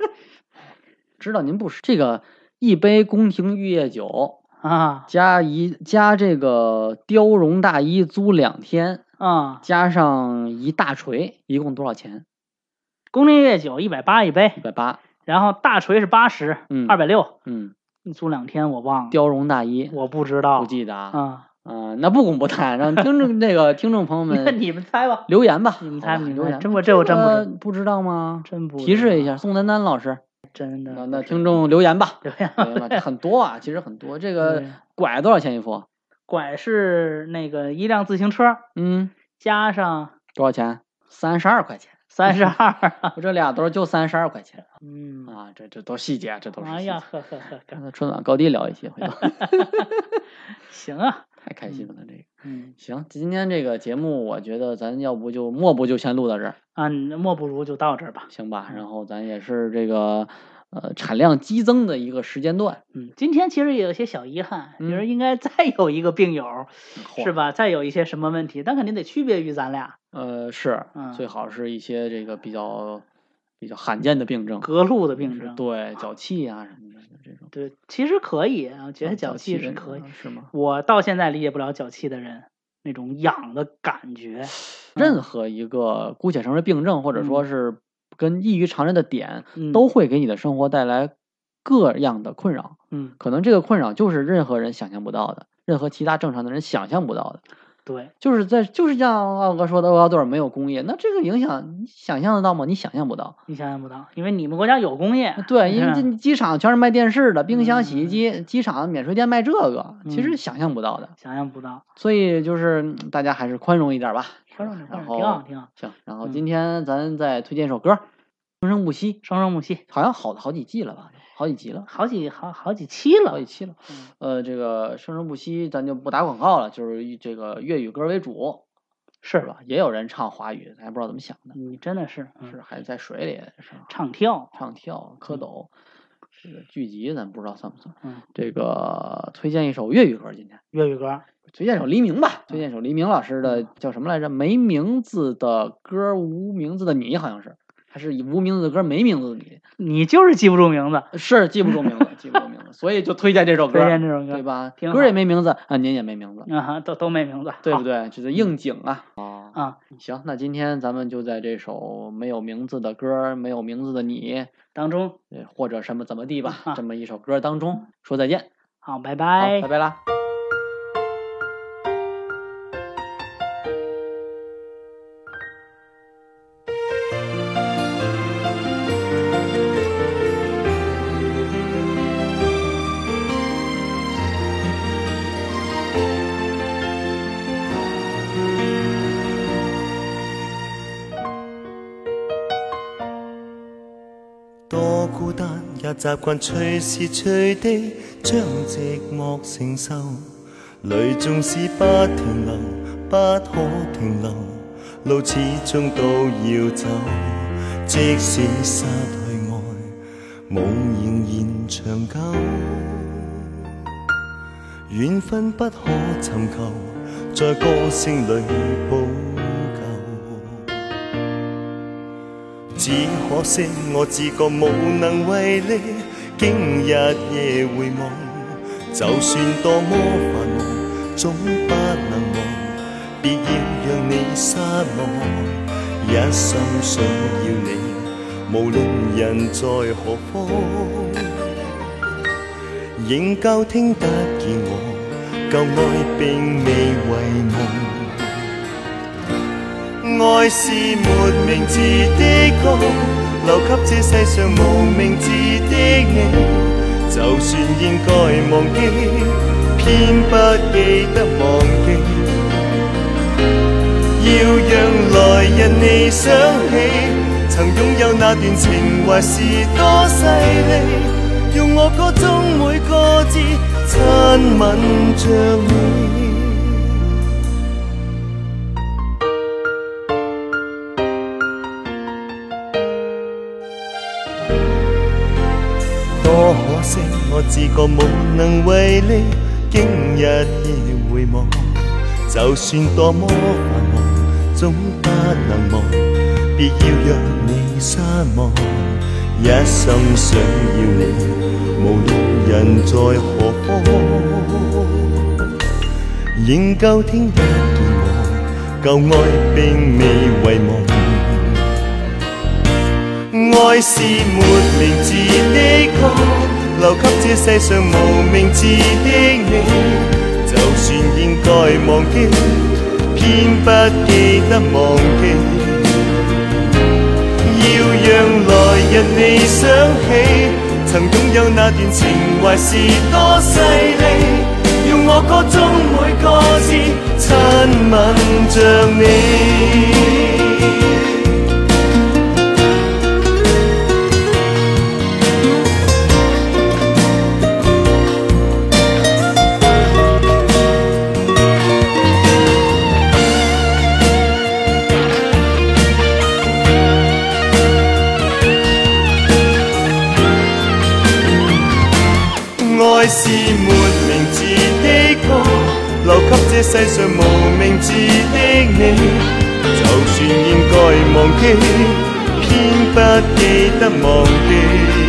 知道您不是这个一杯宫廷玉液酒啊加一加这个貂绒大衣租两天，啊，加上一大锤，一共多少钱？宫廷烈酒一百八一一杯，百八。然后大锤是八十，嗯二百六，嗯，你租两天我忘了，貂绒大衣我不知道不记得啊啊，啊，那不公布答案，让听众那个听众朋友那 们你们猜吧，留言吧，你们好猜吧吧你们留猜言吧。这我这我真不个知不知道吗？真不提知示一下，道，宋丹丹老师，真的那不那知听众留言吧。对呀留言吧，这很多啊，其实很多。这个对拐多少钱一副？拐是那个一辆自行车嗯，加上多少钱？三十二块钱。三十二，啊 我这俩兜儿就三十二块钱嗯，啊，这这都细节，这都是哎细呀，节。呵呵呵呵，那春晚高低聊一期，回头 行 啊，太开心了。这个嗯行，今天这个节目，我觉得咱要不就莫不就先录到这儿，啊，你莫不如就到这儿吧，行吧？然后咱也是这个呃产量激增的一个时间段，嗯，今天其实也有些小遗憾，嗯觉得应该再 有一个病友嚯是？吧？再有一些什么问题，但肯定得区别于咱俩，呃，是嗯，最好是一些这个比较比较罕见的病症，隔路的就病嗯是症，对脚气啊什么的这种。对，其实可以啊，我觉得嗯脚气是嗯可以啊，是吗？我到现在理解不了脚气的人那种痒的感觉，任何一个姑且称之为病症，或者说是跟异于常人的点，嗯，都会给你的生活带来各样的困扰。嗯，可能这个困扰就是任何人想象不到的，任何其他正常的人想象不到的。对，就是就是在就是像奥哥说的，厄瓜多尔没有工业，那这个影响你想象得到吗？你想象不到。你想象不到，因为你们国家有工业，呃 对，因为是吧这机场全是卖电视的，冰箱、洗衣嗯机，机场免税店卖这个，其实嗯想象不到的。想象不到，所以就是嗯大家还是宽容一点吧，是观吧众这然观众挺好后挺好，行，然后嗯今天咱再推荐一首歌，《生生不息》，生生不息，好像好好几季了吧，好几集了，好几好好几期好几了，期了。嗯呃，这个《生生不息》咱就不打广告了，就是以这个粤语歌为主，是是？吧？也有人唱华语，咱也不知道怎么想的，你真的是嗯是还在水里是吧？唱跳，唱跳、蝌嗯蚪，这个剧集咱不知道算不算。嗯，这个推荐一首粤语歌，今天粤语歌，推荐一首黎明吧，推荐一首黎明老师嗯的叫什么来着？没名字的歌，无名字的你，好像是，还是以无名字的歌，没名字的你，你就是记不住名字，是记不住名字，记不住名字，所以就推荐这首歌， 推荐这首歌对吧？挺歌也好没名字啊，您也没名字，啊哈，都都没名字，对好嗯不对？这是应景啊。啊？行，那今天咱们就在这首没有名字的歌，没有名字的你，当中，呃或者什么怎么地吧，啊这么一首歌当中说再见，好，拜好，拜拜。拜啦。多孤单，也習慣隨時隨地將寂寞承受。淚縱使不停流，不可停留，路始終都要走。即使失去愛，夢仍然長久。緣分不可尋求，在歌聲裏捕只可惜我自覺無能為力，經日夜回望，就算多麼繁忙，總不能忘，別要讓你失望，一心想要你，無論人在何方，仍教聽得見我，舊愛並未遺忘。爱是没名字的歌，留给这世上无名字的你。就算应该忘记，偏不记得忘记。要让来日你想起，曾拥有那段情怀是多犀利。用我歌中每个字亲吻着你。多可惜，我自覺無能為力，經日夜回望，就算多麼繁忙，總不能忘，別要讓你失望，一心想要你，無論人在何方，仍舊聽得見我，舊愛並未遺忘。愛是沒名字的歌，留給這世上無名字的你。就算應該忘記，偏不記得忘記。要讓來日你想起，曾擁有那段情懷是多犀利。用我歌中每個字親吻着你。爱是没名字的歌，留给这世上无名字的你。就算应该忘记，偏不记得忘记。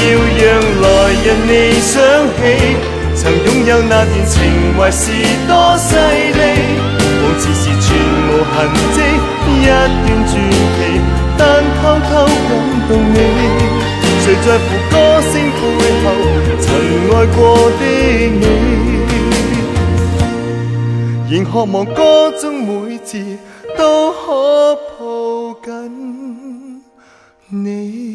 要让来日你想起，曾拥有那段情怀是多犀利。往事是全无痕迹，一段传奇，但偷偷感动你。谁在乎歌声背后曾爱过的你？仍渴望歌中每字都可抱紧你。